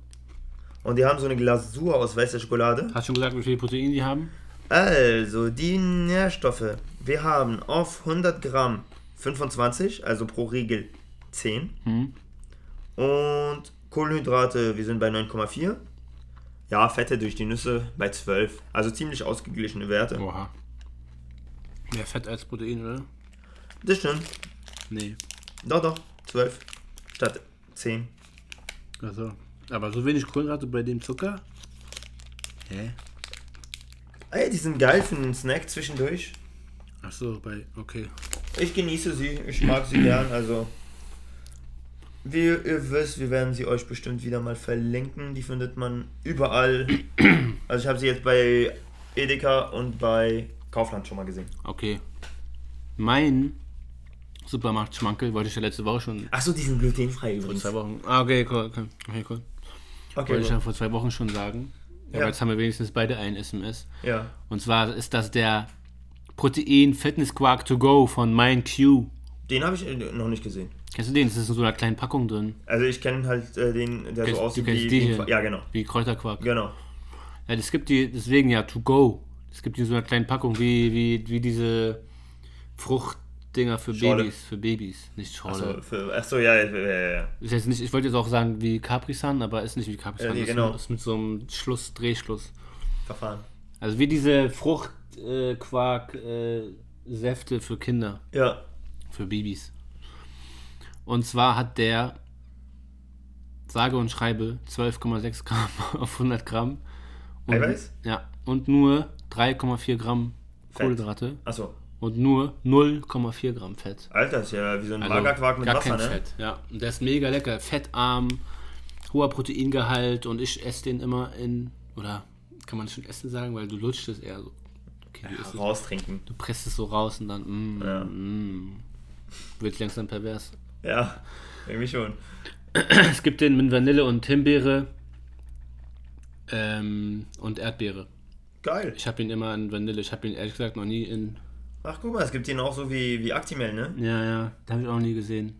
[SPEAKER 6] Und die haben so eine Glasur aus weißer Schokolade.
[SPEAKER 5] Hast schon gesagt, wie viel Protein die haben?
[SPEAKER 6] Also, die Nährstoffe. Wir haben auf 100 Gramm 25, also pro Riegel 10. Und Kohlenhydrate, wir sind bei 9,4. Ja, Fette durch die Nüsse bei 12. Also ziemlich ausgeglichene Werte.
[SPEAKER 5] Oha. Mehr Fett als Protein, oder?
[SPEAKER 6] Das stimmt.
[SPEAKER 5] Nee.
[SPEAKER 6] Doch, doch. 12 statt 10.
[SPEAKER 5] Also, aber so wenig Kohlenhydrate bei dem Zucker? Hä?
[SPEAKER 6] Ey, die sind geil für einen Snack zwischendurch.
[SPEAKER 5] Ach so, bei okay.
[SPEAKER 6] Ich genieße sie, ich mag sie gern, also. Wie ihr wisst, wir werden sie euch bestimmt wieder mal verlinken. Die findet man überall. Also ich habe sie jetzt bei Edeka und bei Kaufland schon mal gesehen.
[SPEAKER 5] Okay. Mein Supermarktschmankel wollte ich ja letzte Woche schon
[SPEAKER 6] Achso, die sind glutenfrei übrigens.
[SPEAKER 5] zwei Wochen. Ah, okay, cool, okay, okay cool.
[SPEAKER 6] Okay,
[SPEAKER 5] Wollte ich
[SPEAKER 6] gut.
[SPEAKER 5] ja vor zwei Wochen schon sagen.
[SPEAKER 6] Ja.
[SPEAKER 5] Aber jetzt haben wir wenigstens beide ein SMS.
[SPEAKER 6] ja.
[SPEAKER 5] Und zwar ist das der Protein Fitness Quark to go von MindQ.
[SPEAKER 6] Den habe ich äh, noch nicht gesehen.
[SPEAKER 5] Kennst du den? Das ist in so einer kleinen Packung drin.
[SPEAKER 6] Also ich kenne halt äh, den, der
[SPEAKER 5] Kennst-
[SPEAKER 6] so aussieht
[SPEAKER 5] du kennst
[SPEAKER 6] wie.
[SPEAKER 5] die
[SPEAKER 6] wie-
[SPEAKER 5] hier?
[SPEAKER 6] ja, genau.
[SPEAKER 5] Wie Kräuterquark.
[SPEAKER 6] Genau.
[SPEAKER 5] Ja, das gibt die, deswegen ja, to go. Es gibt die in so einer kleinen Packung, wie, wie, wie diese Fruchtdinger für
[SPEAKER 6] Schorle.
[SPEAKER 5] Babys. Für Babys, nicht Schorle.
[SPEAKER 6] Achso, für, achso ja, ja, ja, ja.
[SPEAKER 5] Ist jetzt nicht, ich wollte jetzt auch sagen wie Capri-San, aber ist nicht wie Capri-San.
[SPEAKER 6] Ja, nee,
[SPEAKER 5] ist,
[SPEAKER 6] genau.
[SPEAKER 5] ist mit so einem Schluss, Drehschluss.
[SPEAKER 6] Verfahren.
[SPEAKER 5] Also wie diese Fruchtquark-Säfte äh, Quark, äh, Säfte für Kinder.
[SPEAKER 6] Ja.
[SPEAKER 5] für Babys. Und zwar hat der, sage und schreibe, 12,6 Gramm auf 100 Gramm. Und,
[SPEAKER 6] Eiweiß?
[SPEAKER 5] Ja, und nur 3,4 Gramm
[SPEAKER 6] Fett.
[SPEAKER 5] Kohlenhydrate
[SPEAKER 6] Achso.
[SPEAKER 5] und nur 0,4 Gramm Fett.
[SPEAKER 6] Alter, ist ja wie so ein Magerquark mit
[SPEAKER 5] Also, gar
[SPEAKER 6] Wasser,
[SPEAKER 5] kein
[SPEAKER 6] ne?
[SPEAKER 5] Fett, ja. Und der ist mega lecker, fettarm, hoher Proteingehalt und ich esse den immer in, oder kann man schon essen sagen, weil du lutschst es eher so. Okay, du, isst es,
[SPEAKER 6] Raustrinken.
[SPEAKER 5] du presst es so raus und dann, mm,
[SPEAKER 6] Ja.
[SPEAKER 5] mm, wird langsam pervers.
[SPEAKER 6] Ja, irgendwie schon.
[SPEAKER 5] Es gibt den mit Vanille und Himbeere ähm, und Erdbeere.
[SPEAKER 6] Geil.
[SPEAKER 5] Ich habe ihn immer in Vanille. Ich habe ihn ehrlich gesagt noch nie in.
[SPEAKER 6] Ach guck mal, es gibt ihn auch so wie, wie Actimel, ne?
[SPEAKER 5] Ja, ja, den habe ich auch nie gesehen.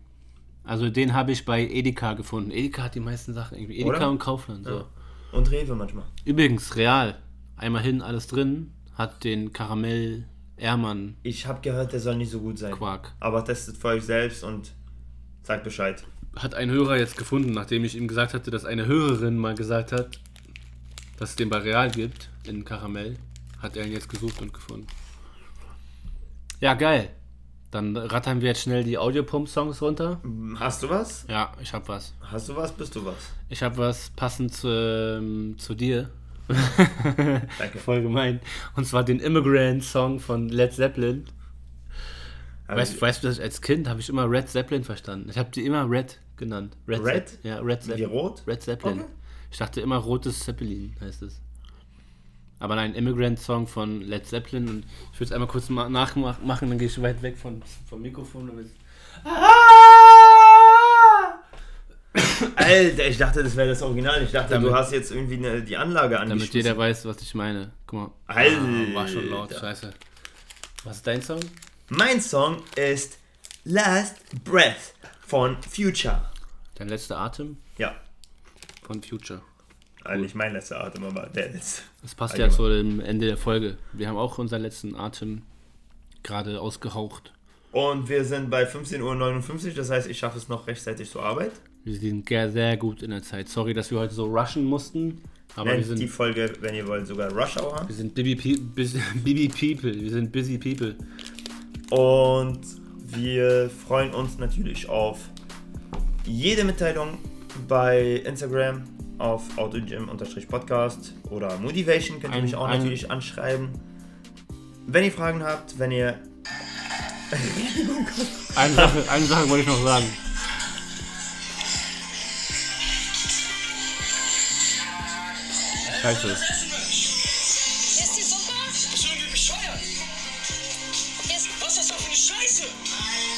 [SPEAKER 5] Also den habe ich bei Edeka gefunden. Edeka hat die meisten Sachen irgendwie. Edeka
[SPEAKER 6] Oder?
[SPEAKER 5] und Kaufland. So.
[SPEAKER 6] Ja. Und Rewe manchmal.
[SPEAKER 5] Übrigens, Real, einmal hin, alles drin, hat den Karamell Ermann
[SPEAKER 6] Ich habe gehört, der soll nicht so gut sein.
[SPEAKER 5] Quark.
[SPEAKER 6] Aber testet für euch selbst und sagt Bescheid.
[SPEAKER 5] Hat ein Hörer jetzt gefunden, nachdem ich ihm gesagt hatte, dass eine Hörerin mal gesagt hat, dass es den bei Real gibt, in Karamell, hat er ihn jetzt gesucht und gefunden. Ja, geil. Dann rattern wir jetzt schnell die Audiopump-Songs runter.
[SPEAKER 6] Hast du was?
[SPEAKER 5] Ja, ich hab was.
[SPEAKER 6] Hast du was? Bist du was?
[SPEAKER 5] Ich hab was passend zu, ähm, zu dir.
[SPEAKER 6] Danke.
[SPEAKER 5] Voll gemein. Und zwar den Immigrant-Song von Led Zeppelin.
[SPEAKER 6] Aber
[SPEAKER 5] Weißt, weißt du, dass ich als Kind habe ich immer Red Zeppelin verstanden. Ich habe die immer Red genannt.
[SPEAKER 6] Red?
[SPEAKER 5] Zepp- Ja, Red Zeppelin.
[SPEAKER 6] rot?
[SPEAKER 5] Red Zeppelin.
[SPEAKER 6] Okay.
[SPEAKER 5] Ich dachte immer rotes Zeppelin heißt es. Aber nein, Immigrant Song von Led Zeppelin. Und ich will es einmal kurz ma- nachmachen, dann gehe ich weit weg von, vom Mikrofon. Damit
[SPEAKER 6] Alter, ich dachte, das wäre das Original. Ich dachte,
[SPEAKER 5] Damit-
[SPEAKER 6] du hast jetzt irgendwie ne, die Anlage
[SPEAKER 5] damit
[SPEAKER 6] angeschmissen.
[SPEAKER 5] jeder weiß, was ich meine. Guck mal.
[SPEAKER 6] Alter.
[SPEAKER 5] war schon laut, scheiße. Was ist dein Song?
[SPEAKER 6] Mein Song ist Last Breath von Future.
[SPEAKER 5] Dein letzter Atem
[SPEAKER 6] Ja,
[SPEAKER 5] von Future.
[SPEAKER 6] also nicht mein letzter Atem, aber der letzte.
[SPEAKER 5] Das passt ja
[SPEAKER 6] Allgemein.
[SPEAKER 5] zu dem Ende der Folge. Wir haben auch unseren letzten Atem gerade ausgehaucht.
[SPEAKER 6] Und wir sind bei 15.59 Uhr, das heißt, ich schaffe es noch rechtzeitig zur Arbeit.
[SPEAKER 5] Wir sind sehr, sehr gut in der Zeit. Sorry, dass wir heute so rushen mussten, aber wir
[SPEAKER 6] Nennt die
[SPEAKER 5] sind,
[SPEAKER 6] Folge, wenn ihr wollt, sogar Rush Hour.
[SPEAKER 5] wir sind busy, pe busy, busy people. Wir sind busy people.
[SPEAKER 6] Und wir freuen uns natürlich auf jede Mitteilung bei Instagram, auf autogym-podcast oder Motivation könnt ihr
[SPEAKER 5] Ein-
[SPEAKER 6] mich auch
[SPEAKER 5] ein-
[SPEAKER 6] natürlich anschreiben. Wenn ihr Fragen habt, wenn ihr
[SPEAKER 5] Eine Sache, eine Sache wollte ich noch sagen. Scheiße.
[SPEAKER 2] Ist die Suppe? Schön wie bescheuert. Ist, was ist das doch für eine Scheiße?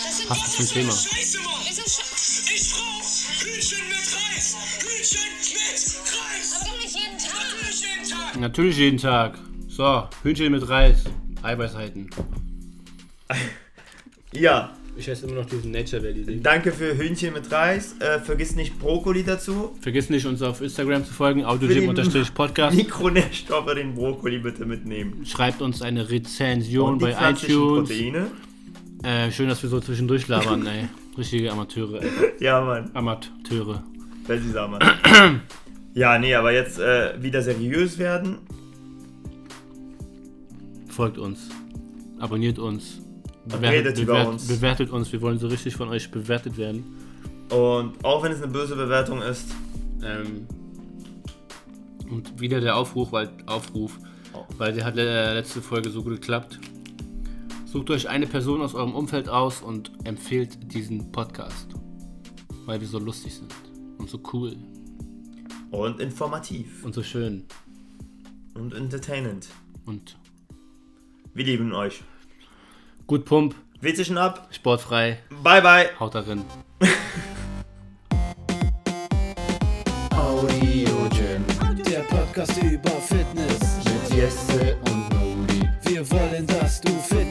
[SPEAKER 2] Das sind
[SPEAKER 5] Passt
[SPEAKER 2] was
[SPEAKER 5] zum
[SPEAKER 2] ist das für eine
[SPEAKER 5] Thema.
[SPEAKER 2] Scheiße, Mann? Ist das Sch ich brauch Hühnchen mit Reis. Hühnchen mit Reis. Aber doch nicht jeden Tag. Natürlich jeden Tag.
[SPEAKER 5] Natürlich jeden Tag. So, Hühnchen mit Reis. Eiweißheiten.
[SPEAKER 6] ja,
[SPEAKER 5] Ich esse immer noch diesen Nature Valley.
[SPEAKER 6] danke für Hühnchen mit Reis. Äh, vergiss nicht Brokkoli dazu.
[SPEAKER 5] Vergiss nicht, uns auf Instagram zu folgen,
[SPEAKER 6] den-
[SPEAKER 5] autogym-podcast.
[SPEAKER 6] Mikronährstoffe den Brokkoli bitte mitnehmen.
[SPEAKER 5] Schreibt uns eine Rezension
[SPEAKER 6] die
[SPEAKER 5] bei
[SPEAKER 6] pflanzlichen
[SPEAKER 5] iTunes.
[SPEAKER 6] Proteine.
[SPEAKER 5] Äh, schön, dass wir so zwischendurch labern, ey. Richtige Amateure, ey.
[SPEAKER 6] Ja, Mann.
[SPEAKER 5] Amateure.
[SPEAKER 6] Wer sie sah, Mann. ja, nee, aber jetzt äh, wieder seriös werden.
[SPEAKER 5] Folgt uns. Abonniert uns.
[SPEAKER 6] Redet über
[SPEAKER 5] bewert-
[SPEAKER 6] uns.
[SPEAKER 5] bewertet uns. Wir wollen so richtig von euch bewertet werden.
[SPEAKER 6] Und auch wenn es eine böse Bewertung ist,
[SPEAKER 5] Ähm, und wieder der Aufruf, weil, Aufruf, weil der hat äh, letzte Folge so gut geklappt. Sucht euch eine Person aus eurem Umfeld aus und empfehlt diesen Podcast. Weil wir so lustig sind. Und so cool.
[SPEAKER 6] und informativ
[SPEAKER 5] Und so schön.
[SPEAKER 6] und entertainend.
[SPEAKER 5] Und
[SPEAKER 6] Wir lieben euch.
[SPEAKER 5] gut Pump,
[SPEAKER 6] Witzischen ab.
[SPEAKER 5] sportfrei,
[SPEAKER 6] Bye, bye.
[SPEAKER 5] haut darin.
[SPEAKER 3] Audio Gym
[SPEAKER 4] Der Podcast über Fitness.
[SPEAKER 3] mit Jesse und Noli.
[SPEAKER 4] Wir wollen, dass du fit